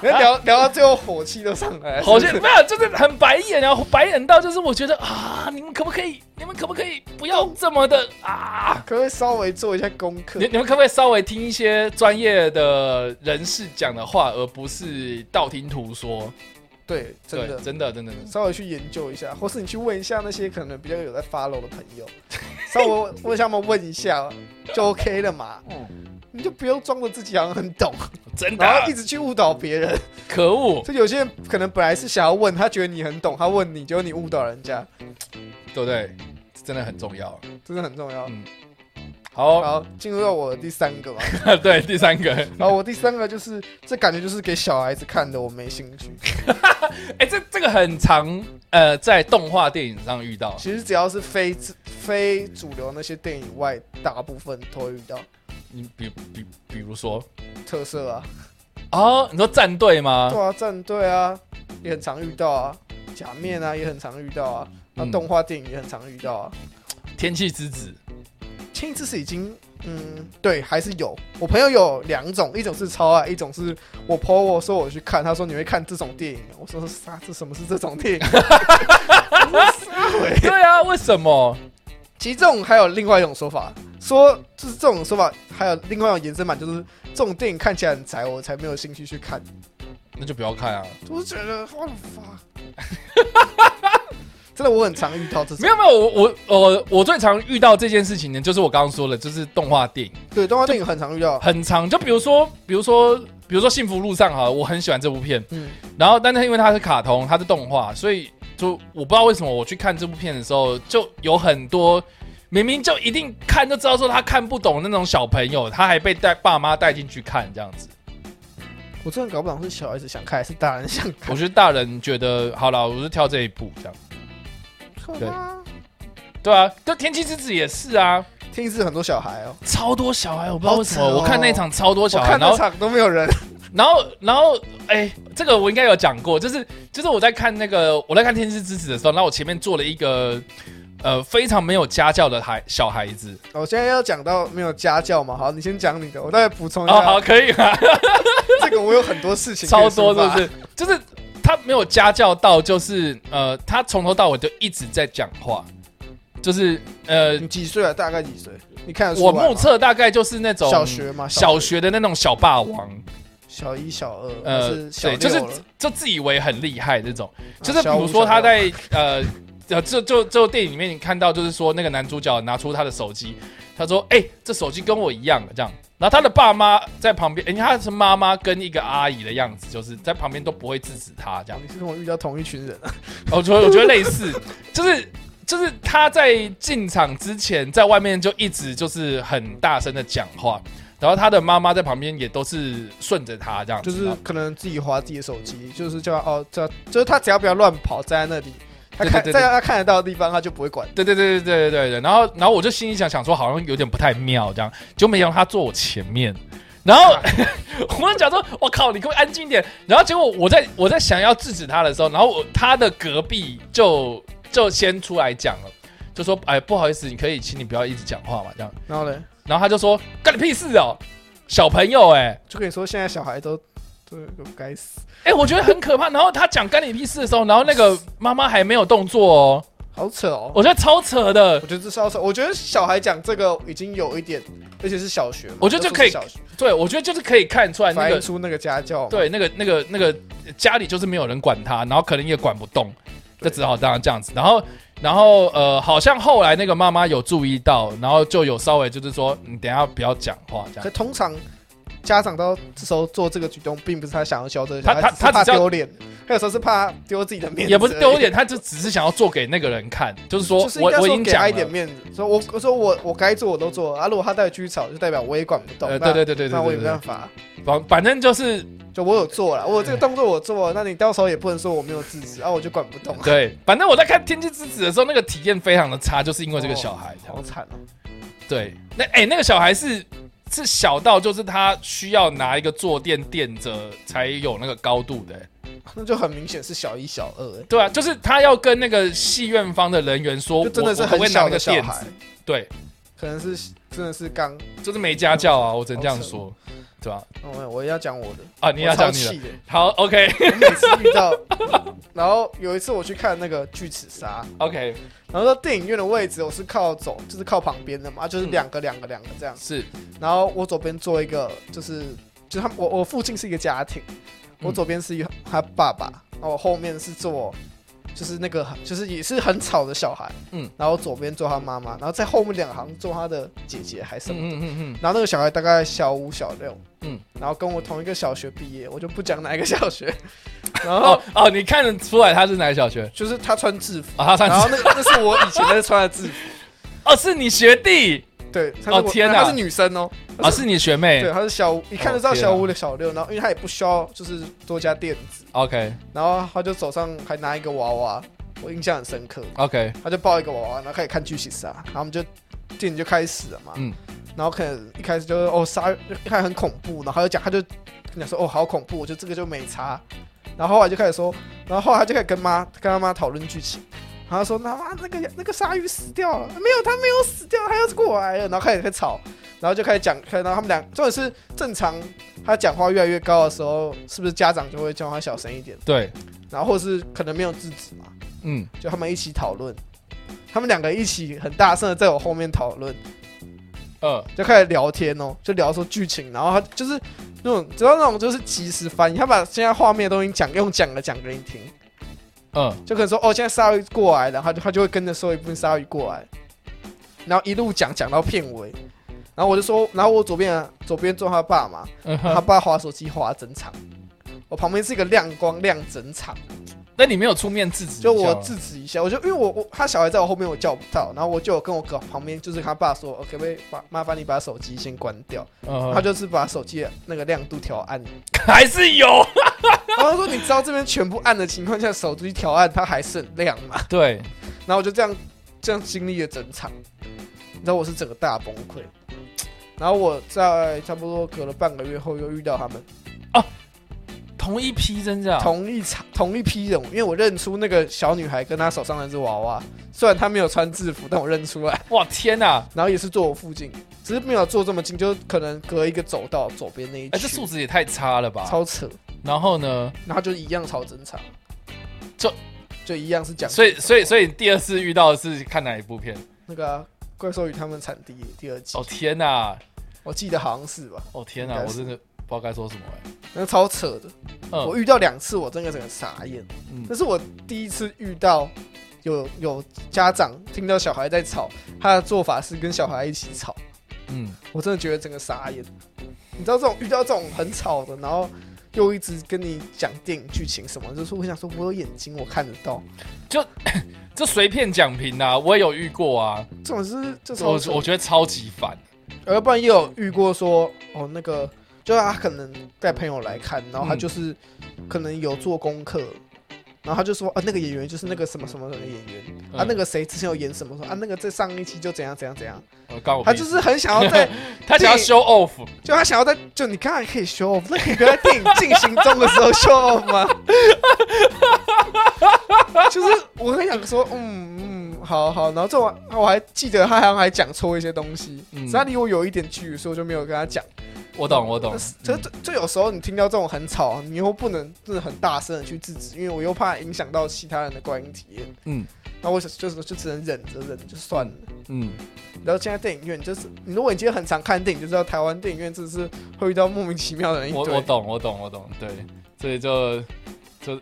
你聊聊到最后，火气都上来了。好像没有，就是很白眼啊，白眼到就是我觉得啊，你们可不可以，你们可不可以不要这么的啊？可不可以稍微做一下功课你？你们可不可以稍微听一些专业的人士讲的话，而不是道听途说？对，真对的。真的真的真的稍微去研究一下，或是你去问一下那些可能比较有在 follow 的朋 [LAUGHS] 友，稍微问他们问一下就 OK 了嘛。你就不用装着自己好像很 [LAUGHS] 懂，真的嗯然啊后一直去误导别 [LAUGHS] 人。可恶，就有些人可能本来是想要问，他觉得你很懂，他问你，结果你误导人家，对不对？真的很重要。真的很重要。好， [LAUGHS] 好，进入到我的第三个吧。对，第三个，哎、然后我第三个就是，这感觉就是给小孩子看的，我没兴趣。哎这这个很常呃在动画电影上遇到，其实只要是非自非主流那些电影外，大部分都会遇到你比比比如说特色啊。哦，你说战队吗？对啊，战队啊，也很常遇到啊，假面啊也很常遇到啊，那、嗯动画电影也很常遇到啊。天气之子，青之是已经，嗯，对，还是有。我朋友有两种，一种是超爱，一种是我 po 我说我去看，他说你会看这种电影啊，我说啥？这什么是这种电影？对啊，为什么？其实这种还有另外一种说法，说就是这种说法，还有另外一种延伸版，就是这种电影看起来很宅，我才没有兴趣去看。那就不要看啊！我就觉得我的妈，真的我很常遇到这没种。有没有，我我我我最常遇到这件事情呢，就是我刚刚说的，就是动画电影对，动画电影很常遇到。很长，就比如说比如说比如说《幸福路上》哈，我很喜欢这部片，嗯，然后但是因为它是卡通，它是动画，所以就我不知道为什么我去看这部片的时候，就有很多明明就一定看就知道说他看不懂的那种小朋友，他还被带爸妈带进去看这样子。我真的搞不懂是小孩子想看还是大人想我看。觉得大人觉得好了，我就跳这一步这样。对对啊，这《天气之子》也是啊，听是很多小孩哦，超多小孩，我不知道为什么，好扯哦我看那一场超多我小孩，看然那后场都没有人。然后然后哎、这个我应该有讲过，就是就是我在看那个我在看《天气之子》的时候，然后我前面坐了一个呃非常没有家教的孩小孩子，哦我现在要讲到没有家教嘛，好，你先讲你的，我再补充一哦，下。好，可以 [LAUGHS] 啊，这个我有很多事情可以超抒发，多是不是？就是他没有家教到，就是呃，他从头到尾就一直在讲话，就是呃，你几岁啊？大概几岁？你看得出我来吗目测大概就是那种小学嘛，小小学的那种小霸王，小一、小二，呃还是小对就是六了就自以为很厉害这种，啊就是比小五如说小他六在呃。呃，这就就电影里面你看到，就是说那个男主角拿出他的手机，他说：“哎、这手机跟我一样的这样。”然后他的爸妈在旁边，因为他是妈妈跟一个阿姨的样子，就是在旁边都不会制止他这样。哦你是跟我遇到同一群人啊？我觉得我觉得类似，就是就是他在进场之前，在外面就一直就是很大声的讲话，然后他的妈妈在旁边也都是顺着他这样子，就是可能自己划自己的手机，就是叫他哦，叫就是他只要不要乱跑，站在那里，他看对对对对在他看得到的地方，他就不会管。对对对对对对对对，然后然后我就心里想想说，好像有点不太妙这样，就没想到他坐我前面，然后我就想说，我靠，你给我安静一点。然后结果我在我在想要制止他的时候，然后我他的隔壁就就先出来讲了，就说，哎，不好意思，你可以请你不要一直讲话嘛这样。然后呢，然后他就说：“干你屁事哦，小朋友哎、欸、就跟你说，现在小孩都都有该死，哎、我觉得很可怕。”然后他讲干你屁事的时候，然后那个妈妈还没有动作哦，好扯哦。我觉得超扯的我。觉得这是要扯，我觉得小孩讲这个已经有一点，而且是小学嘛，我觉得就可以都是小学对，我觉得就是可以看出来那反映个出那个家教嘛。对那个那个那个家里就是没有人管他，然后可能也管不动，就对只好当然这样子。然后然后呃，好像后来那个妈妈有注意到，然后就有稍微就是说，你等一下不要讲话这样可。通常家长到这时候做这个举动，并不是他想要教这个小他孩，他只是他怕只要丢脸，他有时候是怕丢自己的面子，也不是丢，脸，他就只是想要做给那个人看，就是说就是应我该我已说经给讲他了一，点面子，说我我说我我该做我都做了啊，如果他再继续吵，就代表我也管不动，呃，那对对对对对那我也对没对办，法，反反正就是就我有做了，我这个动作我做了，那你到时候也不能说我没有制止啊，我就管不动，对，反正我在看《天气之子》的时候，那个体验非常的差，就是因为这个小孩这样。好惨哦， [LAUGHS] 对，那哎、那个小孩是是小到就是他需要拿一个坐垫垫着才有那个高度的、哎那就很明显是小一小二，哎对啊，就是他要跟那个戏院方的人员说，就真的是我我可不可很以拿小那的个小垫孩子？，对，可能是真的是刚，就是没家教啊，我只能这样好扯说，对吧、哦没有我也要讲我的，啊？你要我超讲你的，气的。好，OK 每次遇到， [LAUGHS] 然后有一次我去看那个《巨齿鲨》， [LAUGHS] OK，然后说电影院的位置我是靠走，就是靠旁边的嘛，啊就是两个两个两个这样。是然后我左边坐一个，就是就是他们我我附近是一个家庭，嗯我左边是一个他爸爸，然后我后面是坐。就是那个，就是也是很吵的小孩，嗯嗯，然后左边坐他妈妈，然后在后面两行坐他的姐姐还是什嗯么，嗯嗯嗯，然后那个小孩大概小五小六，嗯嗯，然后跟我同一个小学毕业，我就不讲哪一个小 [LAUGHS] 学，然后哦哦，你看得出来他是哪个小学就是他穿制服，啊？他算然后是那个那是我以前在穿的制服， [LAUGHS] 哦，是你学弟对，他是哦我天哪她是女生哦，哦，是你学妹对，她是小五，一看就知道哦天小哪五的小六，然后因为她也不需要就是多加垫子， ？OK 然后她就手上还拿一个娃娃，我印象很深刻， OK，她就抱一个娃娃，然后开始看剧情杀，然后我们就电影就开始了嘛，嗯然后可能一开始就是哦杀，就看很恐怖，然后她就讲，她就讲说哦好恐怖，我觉得这个就没差，然后后来就开始说，然后后来她就开始跟妈跟她妈讨论剧情。然后说：“妈妈，那个那个鲨鱼死掉了，没有，它没有死掉，它又是过来了。”然后开始开始吵，然后就开始讲，开然后他们俩，重点是正常，他讲话越来越高的时候，是不是家长就会叫他小声一点？对，然后或是可能没有制止嘛，嗯。就他们一起讨论，他们两个一起很大声的在我后面讨论，嗯，就开始聊天哦，就聊说剧情，然后他就是那种，知道那种就是即时翻译，他把现在画面都已经讲用讲的讲给你听，嗯，就可能说哦，现在鲨鱼过来了，然后他就他就会跟着说一部分鲨鱼过来，然后一路讲讲到片尾，然后我就说，然后我左边啊左边坐他爸嘛，嗯他哼，爸划手机划整场，我旁边是一个亮光亮整场，那你没有出面制止一下就吗？嗯我制止一下，我就因为我我他小孩在我后面我叫不到，然后我就有跟我哥旁边就是他爸说，哦，可不可以把麻烦你把手机先关掉，嗯他哼，就是把手机的那个亮度调暗， [LAUGHS] 还是有，然后他说你知道这边全部暗的情况下，手机调暗它还是很亮嘛。对， [LAUGHS] 然后我就这样这样经历了整场，你知道我是整个大崩溃。然后我在差不多隔了半个月后又遇到他们，同一批真的啊，同一场同一批人，因为我认出那个小女孩跟她手上那只娃娃，虽然她没有穿制服，但我认出来，哇天哪、然后也是坐我附近，只是没有坐这么近，就可能隔一个走道左边那一哎、区，这素质也啊太差了吧！超扯，然后呢，然后就一样超整场，就就一样是讲所以所以所以你第二次遇到的是看哪一部片？那个啊、怪兽与他们产地》第二季，哦天哪、我记得好像是吧，哦天哪、应该我是真的不知道该说什么哎、那个超扯的。嗯我遇到两次，我真的整个傻眼。嗯那是我第一次遇到有有家长听到小孩在吵，他的做法是跟小孩一起吵，嗯，我真的觉得整个傻眼。你知道这种遇到这种很吵的，然后又一直跟你讲电影剧情什么，就是我想说，我有眼睛，我看得到。这随便讲评啊，我也有遇过啊，这种是这我种，我觉得超级烦。要不然也有遇过说，哦，那个就是他可能带朋友来看，然后他就是嗯可能有做功课，然后他就说，啊，那个演员就是那个什么什么什么演员。啊，个那个谁之前有演什么说啊，那个在上一期就怎样怎样怎样，嗯呃刚我他屁就事是很想要在，他想要 show off，就他想要在，就你刚才可以 show off，那你可以在电影进行中的时候 show off 吗？ [LAUGHS] 就是我很想说，嗯嗯，好好，然后这完，我还记得他好像还讲错一些东西，嗯所以他离我有一点距离，所以我就没有跟他讲。我懂我懂但是。这这这有时候你听到这种很吵，你又不能真的很大声的去制止，因为我又怕影响到其他人的观影体验。嗯那我就是就只能忍着忍就算了。嗯，然后现在电影院就是，你如果你今天很常看电影，就知道台湾电影院真的是会遇到莫名其妙的人一我堆。我懂我懂我懂，对，所以就就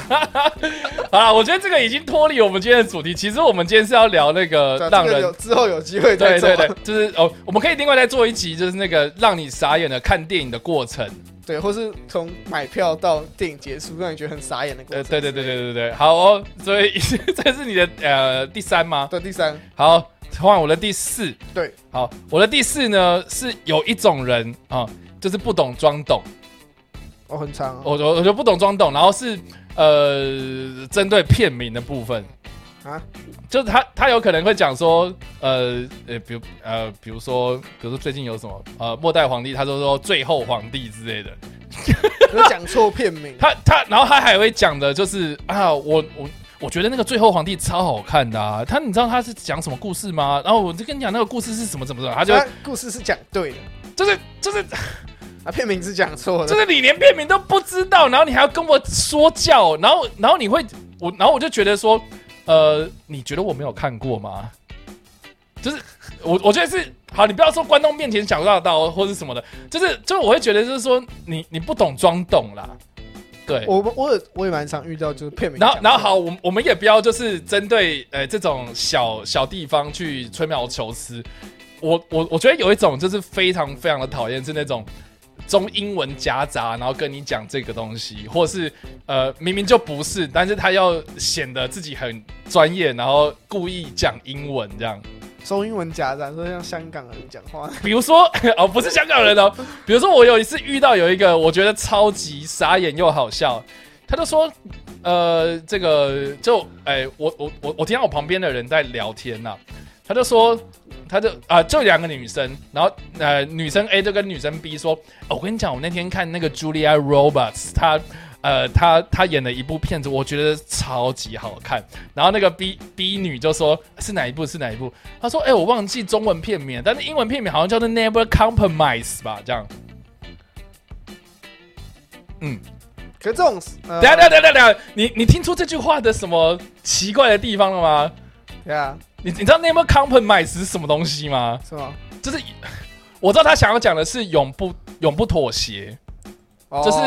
[LAUGHS] 好了。我觉得这个已经脱离我们今天的主题。其实我们今天是要聊那个对啊让这个人有之后有机会 [LAUGHS] 对再做。对对，就是哦，我们可以另外再做一集，就是那个让你傻眼的看电影的过程。 [LAUGHS] 对或是从买票到电影结束，让你觉得很傻眼的过呃，程。对对对对对对，好哦，所以 [LAUGHS] 这是你的呃第三吗？对，第三，好，换我的第四。对，好，我的第四呢是有一种人啊、就是不懂装懂，哦，很长、哦、我我我就不懂装懂，然后是呃针对片名的部分。啊，就是他，他有可能会讲说，呃，呃，比如，呃，比如说，比如说最近有什么，呃，末代皇帝，他就说最后皇帝之类的，我讲错片名。他他，然后他还会讲的就是啊，我我我觉得那个最后皇帝超好看的啊，他你知道他是讲什么故事吗？然后我就跟你讲那个故事是什么怎么怎么，他就他故事是讲对的，就是就是啊，片名是讲错就的。是你连片名都不知道，然后你还要跟我说教，然后然后你会我，然后我就觉得说，呃，你觉得我没有看过吗？就是我我觉得是好，你不要说观众面前想到到或是什么的，就是就是我会觉得就是说你你不懂装懂啦，对，我我有我也蛮常遇到，就是片名然讲后错。，然后好，我们我们也不要就是针对呃这种小小地方去吹毛求疵。我我我觉得有一种就是非常非常的讨厌，是那种中英文夹杂，然后跟你讲这个东西，或是呃明明就不是，但是他要显得自己很专业，然后故意讲英文这样。收英文夹杂，说像香港人讲话，比如说 [LAUGHS] 哦，不是香港人哦，比如说我有一次遇到有一个我觉得超级傻眼又好笑，他就说，呃，这个就哎、我我我我听到我旁边的人在聊天呐、他就说，他就啊、就两个女生，然后呃，女生 A 就跟女生 B 说，哦我跟你讲，我那天看那个 Julia Roberts，她。呃，她她演了一部片子，我觉得超级好看。然后那个 B B 女就说是哪一部是哪一部，她说哎、我忘记中文片名了，但是英文片名好像叫做 Never Compromise 吧，这样。嗯，可是这种，呃等一下等一下等一下等一下，你你听出这句话的什么奇怪的地方了吗？对啊，你你知道 Never Compromise 是什么东西吗？ [LAUGHS] 是吗？就是我知道他想要讲的是永不永不妥协，哦就是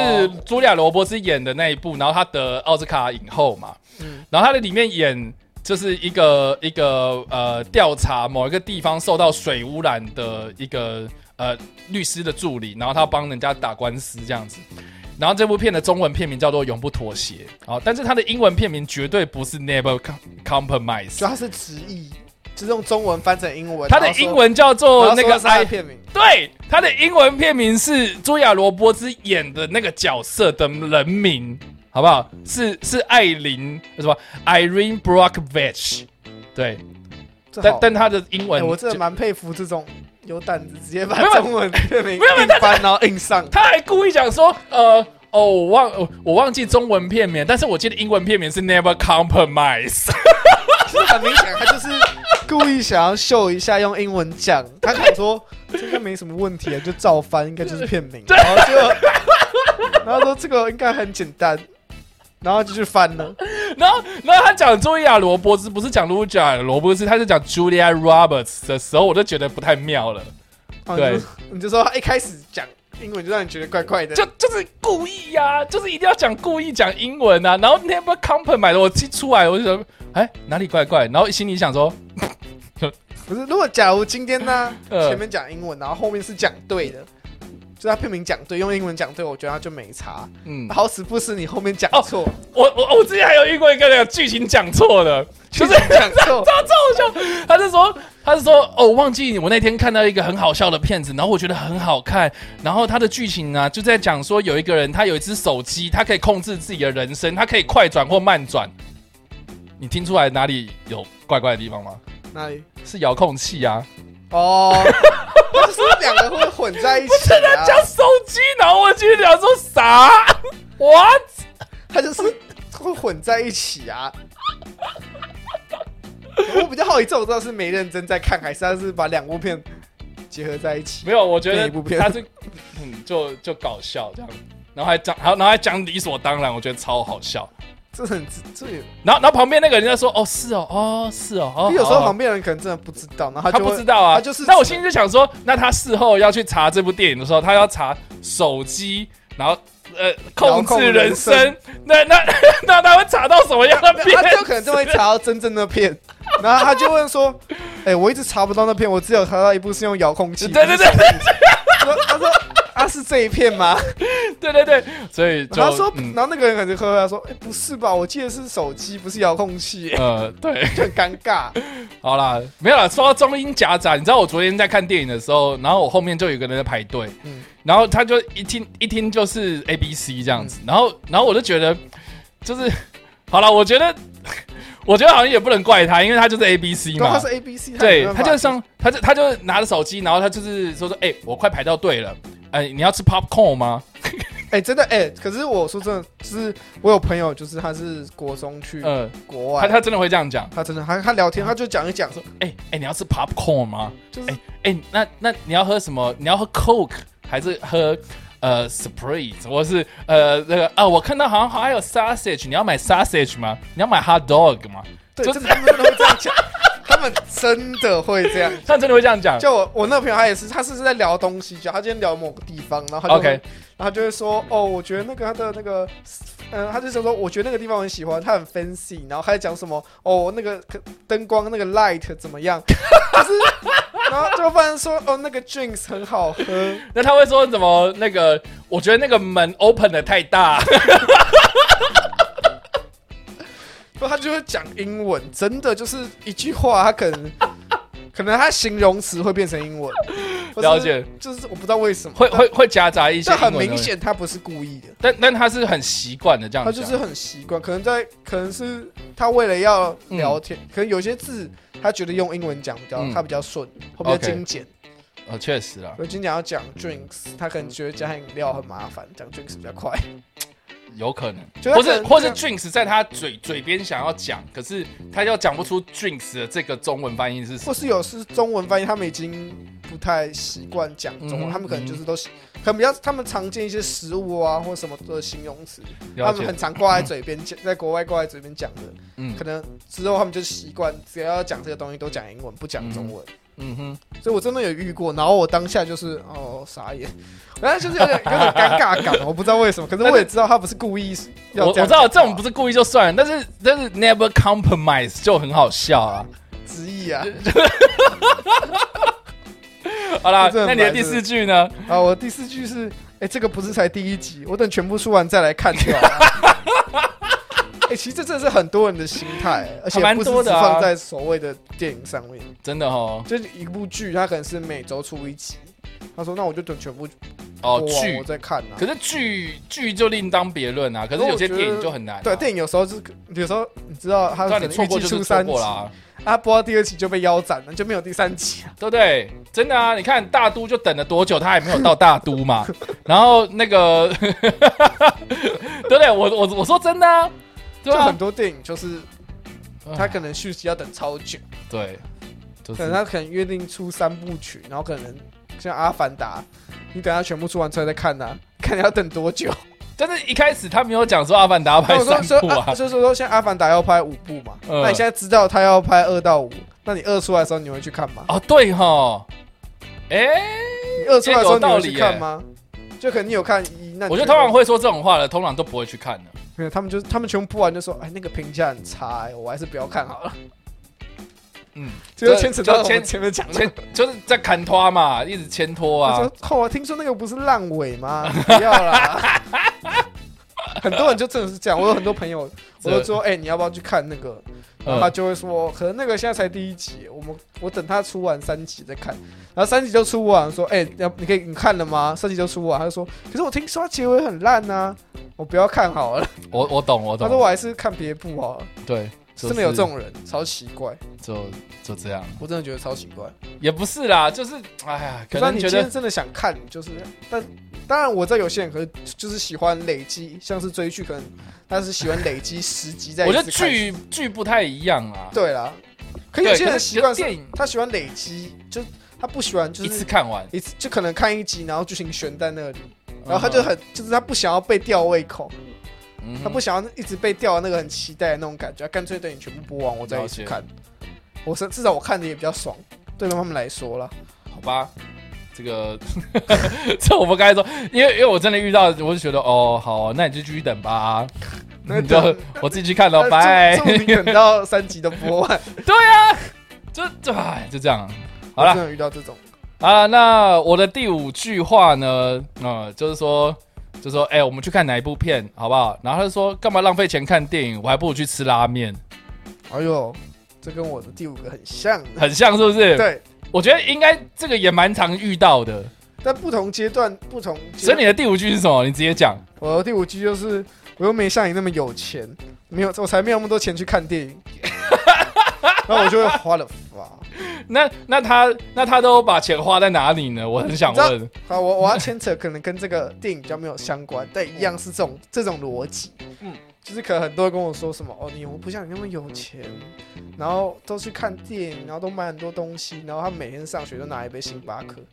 茱莉亚·罗伯兹演的那一部，然后她得奥斯卡影后嘛，嗯然后她在里面演就是一个一个呃调查某一个地方受到水污染的一个呃律师的助理，然后她帮人家打官司这样子。然后这部片的中文片名叫做《永不妥协》，好，但是它的英文片名绝对不是 Never Com- Compromise，就它是直译，就是用中文翻成英文。它的英文叫做然后哦那说个哎然后说它的 I 片名，对，他的英文片名是茱莉亚·罗伯兹演的那个角色的人名，好不好？是是艾琳什么 Irene Brockovich，对，这但好但他的英文哎就、我真的蛮佩服这种有胆子直接把没有中文片名没有没有硬翻然后硬上。他还故意讲说，呃，哦，我忘哦我忘记中文片名，但是我记得英文片名是 Never Compromise， [LAUGHS] 就是很明显，他就是故意想要秀一下，用英文讲。他想说这应该没什么问题啊，就照翻，应该就是片名。然后就，然后说这个应该很简单，然后就去翻了。然后然后他讲茱莉亚·罗伯兹，不是讲 l u j a 罗伯兹，他是讲 Julia Roberts 的时候，我就觉得不太妙了。然后对你就，你就说他一开始讲英文就让你觉得怪怪的，就就是故意呀、就是一定要讲故意讲英文啊。然后 Never Compromise 买的，我一出来我就说，哎，哪里怪怪？然后心里想说，不是？如果假如今天呢， [LAUGHS] 呃前面讲英文，然后后面是讲对的。就他片名讲对，用英文讲对，我觉得他就没差。嗯，好死不死，你后面讲哦错，我我我之前还有遇过一个那个剧情讲错的，就就是是 [LAUGHS] 讲错，他超好笑，他是说，他是说，哦，我忘记我那天看到一个很好笑的片子，然后我觉得很好看，然后他的剧情啊，就在讲说有一个人，他有一只手机，他可以控制自己的人生，他可以快转或慢转。你听出来哪里有怪怪的地方吗？哪里？是遥控器啊。哦，就是两个会混在一 [LAUGHS] 起、啊。讲手机，然后我就想说啥？What？他就是会混在一起啊。我比较好奇，这我知道是没认真在看，还是他是把两部片结合在一起？没有，我觉哪得一部片他是嗯，就就搞笑这样，然后还讲，然后然后还讲理所当然，我觉得超好笑。这很这也，然后然后旁边那个人就说：“哦，是哦，哦是哦，哦。因”为有时候哦旁边人可能真的不知道，然后他就不会知道啊，他就是那我心里就想说，那他事后要去查这部电影的时候，他要查手机，然后呃控控制人人生，那那那他会查到什么样的片？ [LAUGHS] 他就可能就会查到真正的 [LAUGHS] 片，然后他就问说：“哎、我一直查不到那片，我只有查到一部是用遥控器。”对对对对，说他说啊是这一片吗？对对对，所以就然后说，嗯然后那个人可能喝他说：“哎、不是吧？我记得是手机，不是遥控 [LAUGHS] 器。呃对。”就很尴尬。好啦，没有啦。说到中英夹杂，你知道我昨天在看电影的时候，然后我后面就有一个人在排队，嗯然后他就一听一听就是 A B C 这样嗯子，然后然后我就觉得就是好了，我觉得 [LAUGHS] 我觉得好像也不能怪他，因为他就是 A B C 对，嘛他，是 A B C，对，他就上，他就他就拿着手机，然后他就是说说，哎、我快排到队了，哎、你要吃 popcorn 吗？哎、真的哎、可是我说真的，就是我有朋友，就是他是国中去嗯、国他外，他真的会这样讲，他真的他他聊天，他就讲一讲说，哎、哎、你要吃 popcorn 吗？就是、哎、那那你要喝什么？你要喝 Coke 还是喝呃 Sprite，或是呃那个啊？我看到好像还有 sausage，你要买 sausage 吗？你要买 hot dog 吗？对，就真的他们真的会这 [LAUGHS] 样讲，他们真的会这样。他真的会这样讲。 [LAUGHS] 就我我那个朋友他也是，他是在聊东西，就他今天聊某个地方，然后他就 OK 然后他就会说，哦，我觉得那个他的那个，嗯、他就想说，我觉得那个地方我很喜欢，他很 fancy，然后他在讲什么，哦，那个灯光那个 light 怎么样，就是， [LAUGHS] 然后就发现说，哦，那个 drinks 很好喝，那他会说怎么那个？我觉得那个门 open 的太 [LAUGHS] 大。不，他就会讲英文，真的就是一句话，他可能 [LAUGHS] 可能他形容词会变成英文，或是了解，就是我不知道为什么，会但会，会夹杂一些这很英文的明显他不是故意的。但但他是很习惯的这样他讲，就是很习惯，可能在可能是他为了要聊天，可能有些字他觉得用英文讲比较、嗯他比较顺，或比较 OK 嗯精简。呃，确实啦，我经常要讲 drinks，他可能觉得加饮料很麻烦，讲 drinks 比较快。 [LAUGHS] 有可能，就他或可是能或是这样 drinks 在他嘴嘴边想要讲，可是他又讲不出 drinks 的这个中文翻译是什么。或是有是中文翻译，他们已经不太习惯讲中文，嗯他们可能就是都喜可能比较他们常见一些食物啊或什么的形容词，他了们解很，常挂在嘴边讲，在国外挂在嘴边讲的，嗯可能之后他们就习惯，只要讲这个东西都讲英文，不讲中文。嗯哼，所以我真的有遇过，然后我当下就是哦傻眼，嗯然后就是有点有点尴尬感，我不知道为什么，可是我也知道他不是故意要我我这样知道讲哦这种不是故意就算了，但是但是 never compromise 就很好笑 [LAUGHS] 啊。直译啊。好啦，这很那你的白第痴四句呢？啊，我第四句是，哎、这个不是才第一集，我等全部出完再来看就好了。 [LAUGHS] 哎、其实这真的是很多人的心态，而且还蛮不是多只的啊放在所谓的电影上面，真的哦，就是一部剧，它可能是每周出一集。他说：“那我就等全部哦播完剧我，再看啊。可是剧剧就另当别论啊。可是可是有我些觉电影得就很难啊、对，电影有时候就是有时候你知道他影可让你能错预过计就是错出三集过，啦，啊，播到第二集就被腰斩了，就没有第三啊集了。对不对？真的啊，你看大都就等了多久，他还没有到大都嘛。 [LAUGHS] 然后那个， [LAUGHS] 对不对？我我我说真的啊，对就吧很、多电影就是嗯他可能续集要等超久。”对，就可能是他可能约定出三部曲，然后可能像《阿凡达》，你等他全部出完出来再看呐、啊 [LAUGHS] 看你要等多久。但是一开始他没有讲说《阿凡达》[LAUGHS] 那拍我说三说部啊，啊，所以说说像《阿凡达》要拍五部嘛，嗯那你现在知道他要拍二到五，那你二出来的时候你会去看吗？哦对哈，哎、你二出来的时候你会去这有道理看耶吗？就可能你有看一，那你我觉得就通常会说这种话的，通常都不会去看的。没有，他们就他们全部播完就说，哎，那个评价很差、哎，我还是不要看 [LAUGHS] 好了。 [LAUGHS] 嗯，就是牵扯到我就牵们前面讲的。牵就是在砍拖嘛，一直牵拖我啊说。后来听说那个不是烂尾吗？不要啦。 [LAUGHS] 很多人就真的是这样，我有很多朋友，我就说，哎、你要不要去看那个？然后他嗯，就会说，可能那个现在才第一集，我们我等他出完三集再看。然后三集就出完，说，哎、要你可以你看了吗？三集就出完，他就说，可是我听说他结尾很烂呐、我不要看好了。我我懂我他说懂，我还是看别部好了。对，就真的有这种人，超奇怪，就就这样，我真的觉得超奇怪。也不是啦，就是哎呀，可可是能你觉今天得真的想看，就是，但当然我知道有些人可能就是喜欢累积，像是追剧，可能他是喜欢累积十集再一我次觉看。得剧剧不太一样啊，对啦，可对，有些人可的是习惯电是，影他喜欢累积，就他不喜欢就一次是看完，一次就可能看一集，然后剧情悬在那里，然后他就很哦就是他不想要被吊胃口，嗯哼他不想要一直被吊那个很期待的那种感觉，干脆等你全部播完我再一了解起看。我是至少我看的也比较爽，对他们来说啦。好吧。这个， [LAUGHS] 这我不该说，因为因为我真的遇到，我就觉得哦，好啊，那你就继续等吧， [LAUGHS] 那你就等我自己去看了，那拜。祝祝你等到三集都播完。就 [LAUGHS] 就哎，就这样。 [LAUGHS] 好了真的遇到这种，啊，那我的第五句话呢，呃，就是说，就说，哎、我们去看哪一部片，好不好？然后他就说，干嘛浪费钱看电影？我还不如去吃拉 [LAUGHS] 面，哎呦，这跟我的第五个很像。很像是不是？，对，我觉得应该这个也蛮常遇到的。但不同阶段不同阶所以段。你的第五句是什么？你直接讲。我的第五句就是，我又没像你那么有钱，没有，我才没有那么多钱去看电 [LAUGHS] 影。然后我就会花了发。那那他那他都把钱花在哪里呢？我很想你问。好，我我要牵扯，可能跟这个电影比较没有相关，但一样是这种这种逻辑。嗯嗯，就是可能很多人跟我说什么哦，你我不像你那么有钱，然后都去看电影，然后都买很多东西，然后他每天上学都拿一杯星巴克。 [LAUGHS]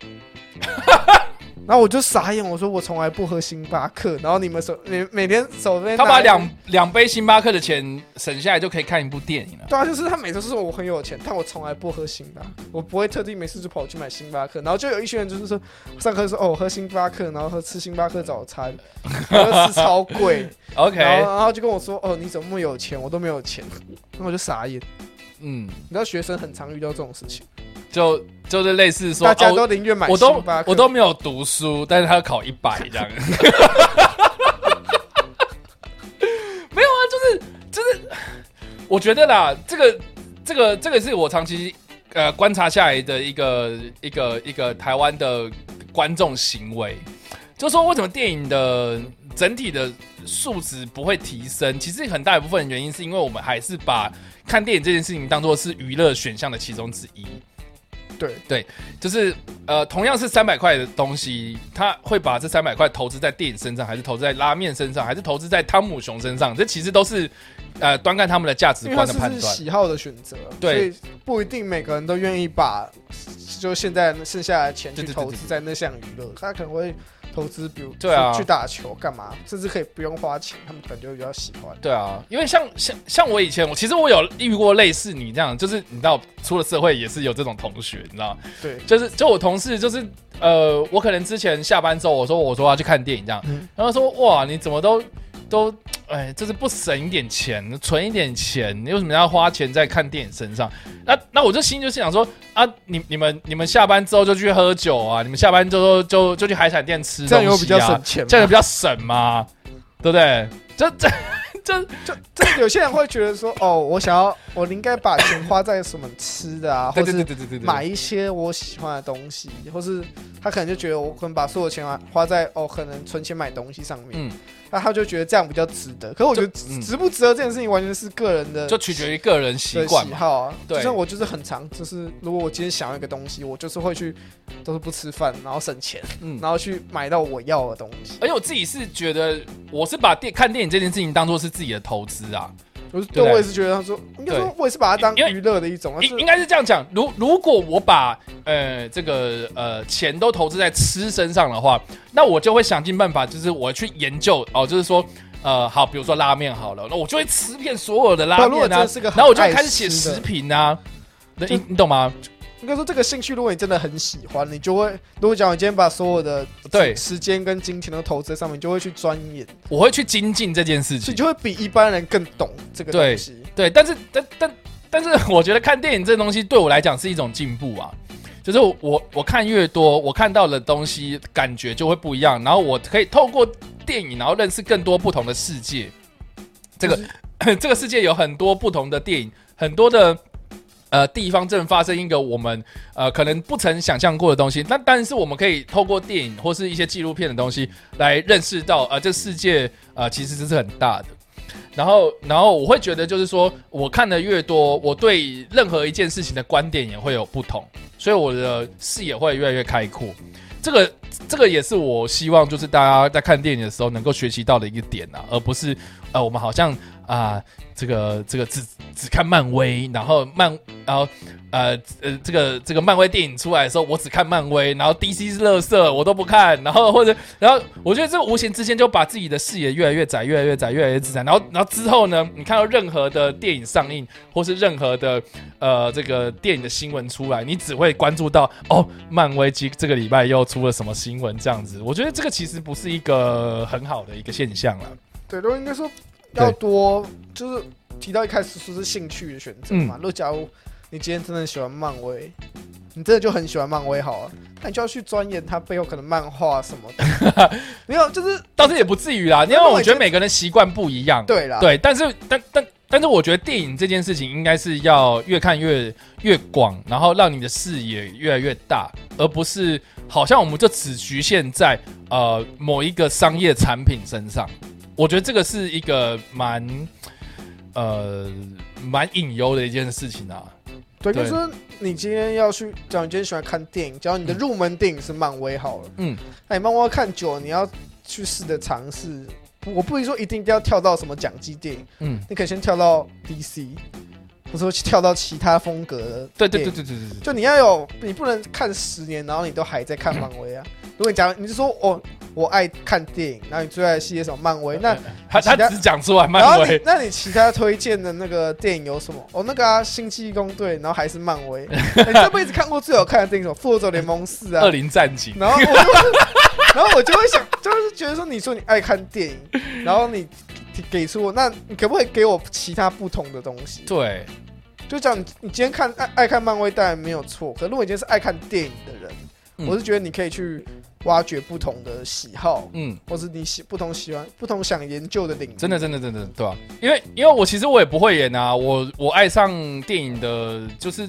然后我就傻眼，我说我从来不喝星巴克。然后你们手，你每天手边他拿把一两两杯星巴克的钱省下来，就可以看一部电影了。对啊，就是他每次说我很有钱，但我从来不喝星巴克，我不会特地没事就跑去买星巴克。然后就有一群人就是说，上课说哦我喝星巴克，然后喝吃星巴克早餐，然后吃 [LAUGHS] 超贵，然 OK，后然后就跟我说哦你怎么那么有钱，我都没有钱，那我就傻眼。嗯，你知道学生很常遇到这种事情，就就是类似说，大家哦都宁愿买我都星巴克，我都没有读书，但是他要考一百这样。 [LAUGHS] 没有啊，就是就是，我觉得啦，这个这个这个是我长期呃观察下来的一个一个一个台湾的观众行为，就说为什么电影的整体的素质不会提升，其实很大一部分原因是因为我们还是把看电影这件事情当做是娱乐选项的其中之一。对就是呃，同样是三百块的东西，他会把这三百块投资在电影身上，还是投资在拉面身上，还是投资在汤姆熊身上？这其实都是呃，端看他们的价值因为观他的是判是断。喜好的选择，对，不一定每个人都愿意把就现在剩下的钱去对对对投对资在那项娱乐，他可能会投资，比如对啊去去打球干嘛，甚至可以不用花钱，他们可能就会比较喜欢。对啊，因为像像像我以前，我其实我有遇过类似你这样，就是你知道出了社会也是有这种同学，你知道，对，就是就我同事就是呃，我可能之前下班之后，我说我说要去看电影这样，嗯然后说哇你怎么都都哎，就是不省一点钱，存一点钱，你为什么要花钱在看电影身上？那那我就心就是想说啊，你你们你们下班之后就去喝酒啊，你们下班之后就就去海产店吃、东这样有比西较啊省钱吗，这样比较省嘛，对不对？这这这这有些人会觉得说，哦，我想要，我应该把钱花在什么吃的啊，或是 [LAUGHS] 对对对买一些我喜欢的东西，或是他可能就觉得我可能把所有钱花花在哦，可能存钱买东西上面，嗯那他就觉得这样比较值得。可是我觉得就嗯值不值得这件事情，完全是个人的就取决于个人习的惯喜嘛。好啊。对就像我就是很常，就是如果我今天想要一个东西，我就是会去都是不吃饭，然后省钱，嗯，然后去买到我要的东西。而且我自己是觉得，我是把电看电影这件事情当做是自己的投资啊。我是对对我也是觉得他说，应该说我也是把它当因为娱乐的一种，但应是应该是这样讲，如如果我把呃这个呃钱都投资在吃身上的话，那我就会想尽办法，就是我去研究哦，就是说。呃，好，比如说拉面好了，那我就会吃遍所有的拉对如果面真啊的是个，很然后我就爱开始写吃的食评啊，那你就你懂吗？应该说这个兴趣，如果你真的很喜欢，你就会，如果讲你今天把所有的对时间跟金钱都投资在上面，你就会去钻研，我会去精进这件事所以情你。就会比一般人更懂这个对东西。对，但是但但但是，我觉得看电影这东西对我来讲是一种进步啊。就是我我我看越多，我看到的东西感觉就会不一样，然后我可以透过电影，然后认识更多不同的世界。这个就是 [CLEARS THROAT] 这个世界有很多不同的电影，很多的呃地方正发生一个我们呃可能不曾想象过的东西。那但是我们可以透过电影或是一些纪录片的东西来认识到，呃，这世界呃其实是很大的。然后，然后我会觉得，就是说我看的越多，我对任何一件事情的观点也会有不同，所以我的视野会越来越开阔。这个，这个也是我希望，就是大家在看电影的时候能够学习到的一个点啊，而不是呃，我们好像啊、这个这个只只看漫威，然后漫，然后呃呃，这个这个漫威电影出来的时候，我只看漫威，然后 DC 是垃圾，我都不看，然后或者然后我觉得这个无形之间就把自己的视野越来越窄，越来越窄，越来越窄。然后，然后之后呢，你看到任何的电影上映，或是任何的呃这个电影的新闻出来，你只会关注到哦，漫威这这个礼拜又出了什么新闻这样子。我觉得这个其实不是一个很好的一个现象了。对，都应该说对要多，就是提到一开始说是兴趣的选择嘛。嗯如果假如你今天真的喜欢漫威，你真的就很喜欢漫威好了，那你就要去钻研它背后可能漫画什么的。 [LAUGHS] 没有，就是倒是也不至于啦，因为我觉得每个人习惯不一样。对啦，对，但是但但但是，我觉得电影这件事情应该是要越看越越广，然后让你的视野越来越大，而不是好像我们就只局限在呃某一个商业产品身上。我觉得这个是一个蛮呃蛮隐忧的一件事情啊。对，对就是说你今天要去，假如你今天喜欢看电影，假如你的入门电影是漫威好了，嗯嗯，那你漫威看久了，你要去试着尝试。我不一定说一定要跳到什么奖基电影，嗯，你可以先跳到 DC，或者说跳到其他风格的。对对对。对对对对，就你要有，你不能看十年，然后你都还在看漫威啊。如果你假如你是说哦，我爱看电影，然后你最爱的系列是什么漫 [LAUGHS] 威，那他其他他只讲出来然漫后你威，那你其他推荐的那个电影有什么？哦，那个啊，《星际义工队》，然后还是漫 [LAUGHS] 威。你这辈子看过最好看的电影是什么？《复仇者联盟四》 《恶啊。灵战警》然后我就， [LAUGHS] 然后我就会想，就是觉得说，你说你爱看电影，然后你给给出我，那你可不可以给我其他不同的东西？对，就讲你你今天看爱爱看漫威当然没有错，可如果你今天是爱看电影的人，嗯我是觉得你可以去挖掘不同的喜好，嗯。或是你喜不同喜欢、不同想研究的领域。真的，真的，真的，对吧、啊因为，因为我其实我也不会演啊，我我爱上电影的，就是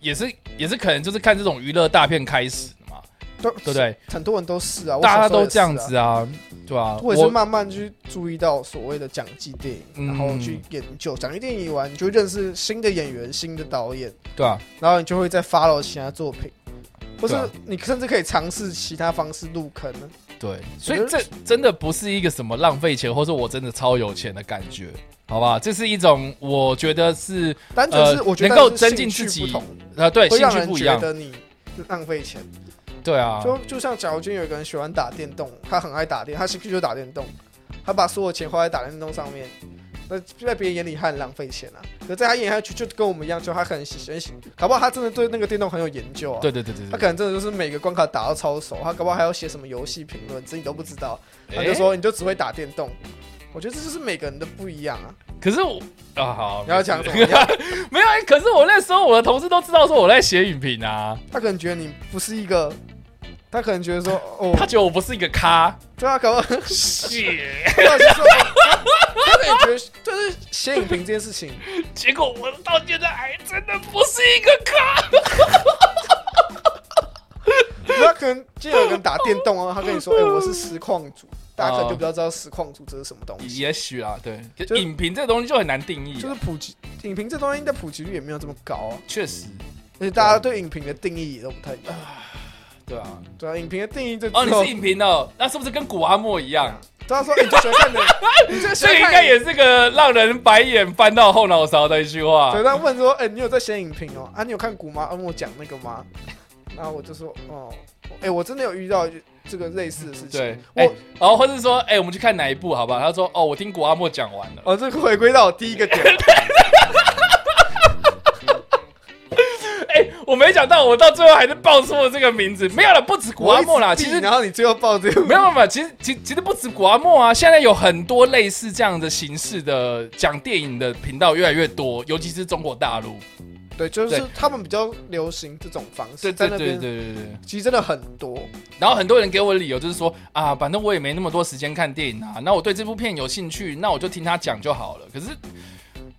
也是也是可能就是看这种娱乐大片开始的嘛，都对不对？很多人都是啊，我大小家时候都也这样是啊。子啊，对吧、我也是慢慢去注意到所谓的讲技电嗯影，然后去研究讲技电影以外，你就会认识新的演员、新的导演，对啊，然后你就会再 follow 其他作品，或是对啊你甚至可以尝试其他方式入坑呢。对，所以我觉这得真的不是一个什么浪费钱，或者我真的超有钱的感觉，好吧？这是一种我觉得是单纯是我觉得呃能够单纯增是进兴趣自己 [LAUGHS] 不同，呃，对，会兴让趣人不一觉样，得你浪费钱。对啊，就就像假如今天有一个人喜欢打电动，他很爱打电，他兴趣就是打电动，他把所有钱花在打电动上面，那在别人眼里他很浪费钱啊。可在他眼里，他就就跟我们一样，就他很喜很喜，搞不好他真的对那个电动很有研究啊。对对对对他对，可能真的就是每个关卡打到超熟，啊他搞不好还要写什么游戏评论，自己都不知道。他就诶说你就只会打电动，我觉得这就是每个人的不一样啊。可是我啊好，你要讲没什事么？你要 [LAUGHS] 没有、欸，可是我那时候我的同事都知道说我在写影评啊，他可能觉得你不是一个，他可能觉得说哦，他觉得我不是一个咖，对啊，搞不好写，或者是说， [LAUGHS] 他可能觉得就是写影评这件事情，结果我到现在还真的不是一个咖，他可能今天有个人打电动啊，他跟你说，哎、我是实况组，大家可能就比较知道实况组这是什么东西。也许啦，对，啊就影评这东西就很难定义就啊，是普及影评这东西的普及率也没有这么高啊，确实，而且大家对影评的定义也都不太一样。对 [LAUGHS] 啊，对啊，影评的定义就哦，只你有是影评哦，那是不是跟古阿莫一样？他说：“哎、你最喜欢 [LAUGHS] 看的，你最喜这欢应看该也是个让人白眼翻到后脑勺的一句话对。他问说：‘哎、你有在写影评哦？啊，你有看古妈跟我讲那个吗？’然后我就说：‘哦，哎、我真的有遇到这个类似的事情。对，我、哎、然后或是说，哎、我们去看哪一部，好不好？他说，哦，我听古阿莫讲完了。哦，这个回归到我第一个 [LAUGHS] 点，哎、我没想到，我到最后还是报错了这个名字。没有了，不止古阿莫啦，我一直其避实然后你最后报 [LAUGHS] 这个，没有没有没有，其实其其实不止古阿莫啊，现在有很多类似这样的形式的讲电影的频道越来越多，尤其是中国大陆。对，就是对他们比较流行这种方对式，在对那对对对边对。其实真的很多，然后很多人给我的理由就是说啊，反正我也没那么多时间看电影啊，那我对这部片有兴趣，那我就听他讲就好了。可是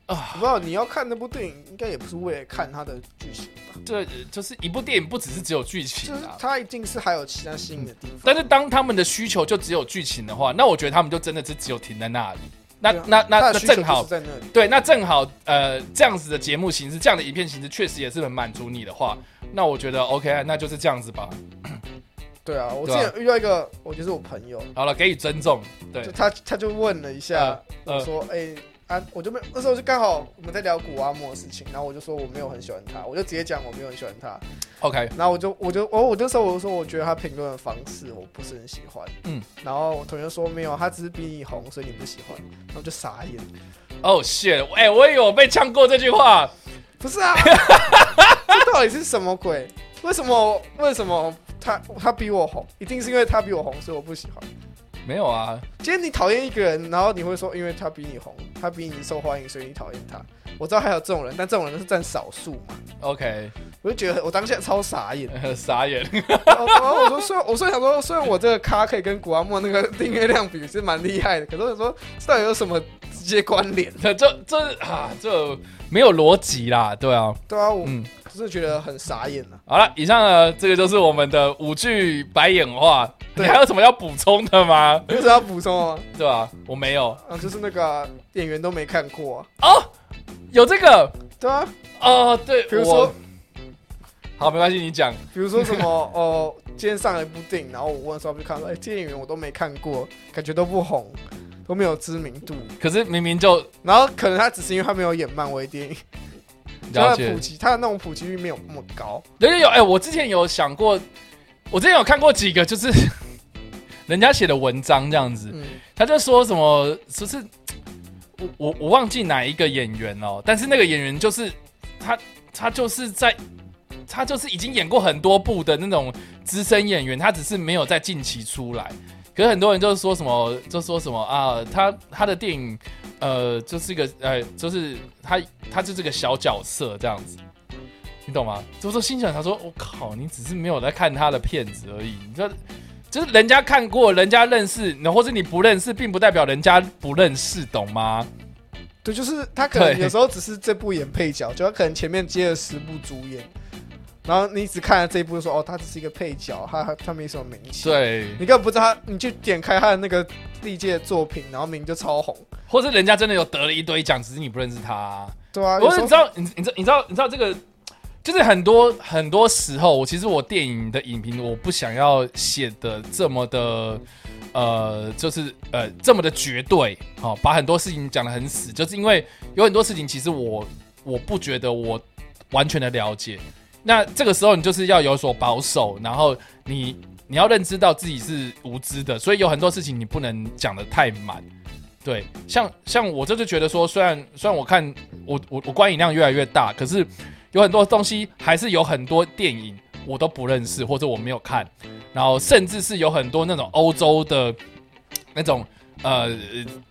我不知道你要看那部电影，应该也不是为了看它的剧情吧？这就是一部电影不只是只有剧情就是啊。它一定是还有其他吸引的地方。但是当他们的需求就只有剧情的话，那我觉得他们就真的是只有停在那里。那对啊那那它那的需求正好就是在那里，对，那正好，呃，这样子的节目形式，这样的影片形式，确实也是很满足你的话，那我觉得 OK，那就是这样子吧。对啊，我之对啊前有遇到一个，我就是我朋友，好了，给予尊重，对就，他他就问了一下，呃我说，哎。啊，我就没那时候就刚好我们在聊古阿莫的事情，然后我就说我没有很喜欢他，我就直接讲我没有很喜欢他， ，OK，然后我就我就哦，我那时候我就说我觉得他评论的方式我不是很喜欢，嗯，然后我同学说没有，他只是比你红，所以你不喜欢，然后我就傻眼，哦、shit，哎、我也有被呛过这句话，不是啊， [LAUGHS] 这到底是什么鬼？为什么为什么他他比我红？一定是因为他比我红，所以我不喜欢。没有啊，今天你讨厌一个人，然后你会说因为他比你红，他比你受欢迎，所以你讨厌他。我知道还有这种人，但这种人是占少数嘛。 OK， [LAUGHS] 我就觉得我当下超傻眼，呃傻眼， [LAUGHS] 然后然后我说，虽然我虽然想说，虽然我这个咖可以跟古阿莫那个订阅量比是蛮厉害的，可是我想说，这到底有什么直接关联？这这这啊，这没有逻辑啦，对啊，对啊，我嗯，真的觉得很傻眼啊。好了，以上呢，这个就是我们的五句白眼话，你对啊还有什么要补充的吗？有什么要补充吗？对吧、我没有，哦啊，就是那个啊演员都没看过、啊，有这个，对啊，哦、对，比如我说，好，没关系，你讲。比如说什么哦，今天上了一部电影，然后我问说要不要看，说哎、这些演员我都没看过，感觉都不红，都没有知名度，可是明明就然后可能他只是因为他没有演漫威电影，就了他的解普，及，他的那种普及率没有那么高，有有有，哎、我之前有想过，我之前有看过几个，就是 [LAUGHS] 人家写的文章这样子，嗯，他就说什么，就是我我我忘记哪一个演员哦，但是那个演员就是他，他就是在。他就是已经演过很多部的那种资深演员，他只是没有在近期出来。可是很多人就是说什么，就说什么啊，他他的电影，呃，就是一个呃，就是他他就是个小角色这样子，你懂吗？就是说心想，他说我、靠，你只是没有在看他的片子而已，你这就是人家看过，人家认识，然后或者你不认识，并不代表人家不认识，懂吗？对，就是他可能对有时候只是这部演配角，就他可能前面接了十部主演，然后你只看了这一部就说哦，他只是一个配角，他他他没什么名气。，对，你根本不知道他，你去点开他的那个历届的作品，然后名就超红，或是人家真的有得了一堆奖，只是你不认识他、对啊，有我时是候你知道，你你知你知道你知道这个，就是很多很多时候，我其实我电影的影评，我不想要写的这么的，呃，就是呃这么的绝对，好、把很多事情讲的很死，就是因为有很多事情其实我我不觉得我完全的了解。那这个时候你就是要有所保守，然后你你要认知到自己是无知的，所以有很多事情你不能讲的太满。对，像像我这就觉得说，虽然虽然我看我我我观影量越来越大，可是有很多东西还是有很多电影我都不认识或者我没有看，然后甚至是有很多那种欧洲的那种呃，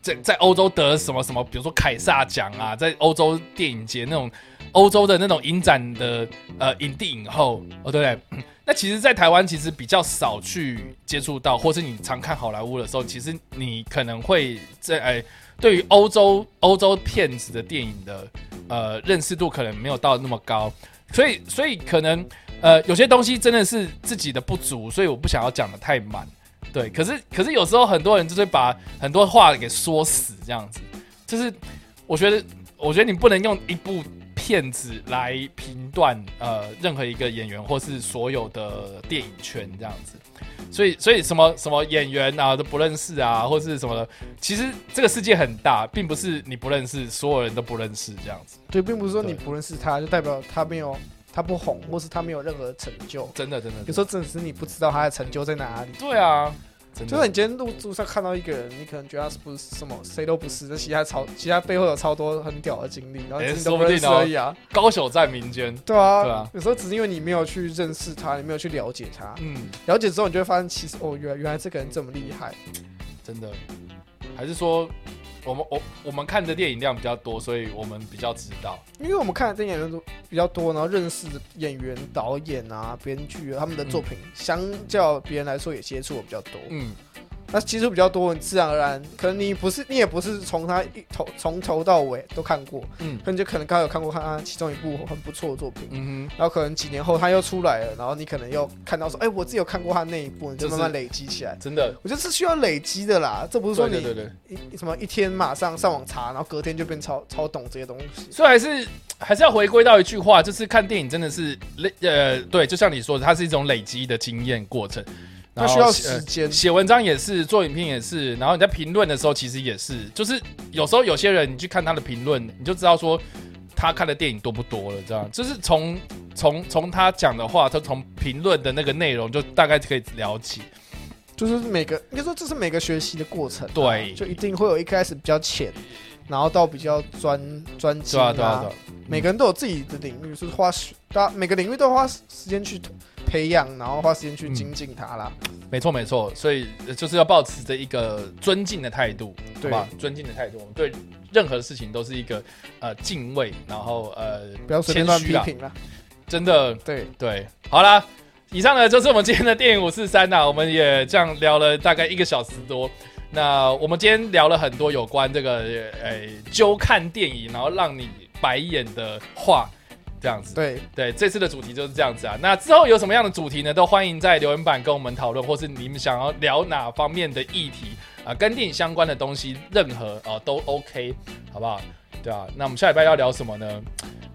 在在欧洲得什么什么，比如说凯撒奖啊，在欧洲电影节那种欧洲的那种影展的呃影帝影后，哦对不对？那其实，在台湾其实比较少去接触到，或是你常看好莱坞的时候，其实你可能会在哎、对于欧洲欧洲片子的电影的呃认识度可能没有到那么高，所以所以可能呃有些东西真的是自己的不足，所以我不想要讲的太满。对，可是可是有时候很多人就是把很多话给说死这样子，就是我觉得我觉得你不能用一部片子来评断呃任何一个演员或是所有的电影圈这样子，所以所以什么什么演员啊都不认识啊，或是什么的，其实这个世界很大，并不是你不认识，所有人都不认识这样子，对，并不是说你对不认识他，就代表他没有他不红，或是他没有任何成就。真的真的，有时候只是你不知道他的成就在哪里。对啊，真就是的你今天路路上看到一个人，你可能觉得他是不是什么谁都不是，但其他超其他背后有超多很屌的经历，然后哎自己都不认识说不定哦而已啊。高手在民间，对啊，对啊有时候只是因为你没有去认识他，你没有去了解他，嗯，了解之后你就会发现，其实哦，原来原来这个人这么厉害。真的，还是说我们我我们看的电影量比较多，所以我们比较知道，因为我们看的电影演员都比较多，然后认识的演员、导演啊、编剧啊，他们的作品、相较别人来说也接触的比较多。嗯，那接触比较多，你自然而然，可能你不是你也不是从他一头从头到尾都看过，嗯可能就可能刚好有看过他其中一部很不错的作品，嗯然后可能几年后他又出来了，然后你可能又看到说，哎、我自己有看过他那一部，你就就是慢慢累积起来。哼，真的，我觉得是需要累积的啦，这不是说对你对对对。一什么一天马上上网查，然后隔天就变超超懂这些东西。所以还是还是要回归到一句话，就是看电影真的是累呃，对，就像你说的，它是一种累积的经验过程。那然后需要写时间呃，写文章也是，做影片也是，然后你在评论的时候其实也是，就是有时候有些人你去看他的评论，你就知道说他看的电影多不多了，这样就是从从从他讲的话，他从评论的那个内容就大概可以了解。就是每个应该说这是每个学习的过程啊、对就一定会有一开始比较浅，然后到比较专专对精啊，对啊，对啊，每个人都有自己的领域，是花时大家每个领域都花时间去培养，然后花时间去精进它啦。没错没错，所以呃就是要保持着一个尊敬的态度，对嗯好吧？尊敬的态度，我们对任何事情都是一个呃敬畏，然后呃不要随便乱批，谦虚啦评啦。真的对，对，好啦，以上呢就是我们今天的电影五四三啊呐，我们也这样聊了大概一个小时多。那我们今天聊了很多有关这个呃纠看电影，然后让你白眼的话，这样子。对，对，这次的主题就是这样子啊。那之后有什么样的主题呢？都欢迎在留言板跟我们讨论，或是你们想要聊哪方面的议题啊、跟电影相关的东西，任何啊、都 OK，好不好？对啊，那我们下礼拜要聊什么呢？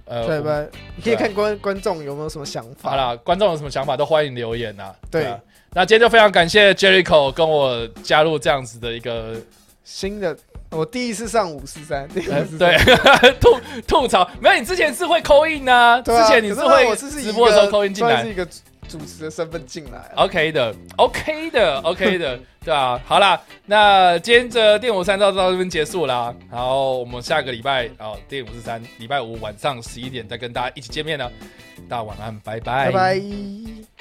呃对吧？你可对以啊看观观众有没有什么想好法。啦，观众有什么想法都欢迎留言啊。对啊那今天就非常感谢 Jericho 跟我加入这样子的一 [LAUGHS] 个新的，我第一次上五四三，第一呃次对 [LAUGHS] 吐吐槽，没有你之前是会扣印啊，对啊，之前你可会我这是直播的时候扣印进来，算是一个主持的身份进来啊。 OK 的，OK 的，OK 的，对啊，好啦，那今天这电五三到到这边结束啦，然后我们下个礼拜哦，电五十三礼拜五晚上十一点再跟大家一起见面呢，大家晚安，拜拜，拜拜。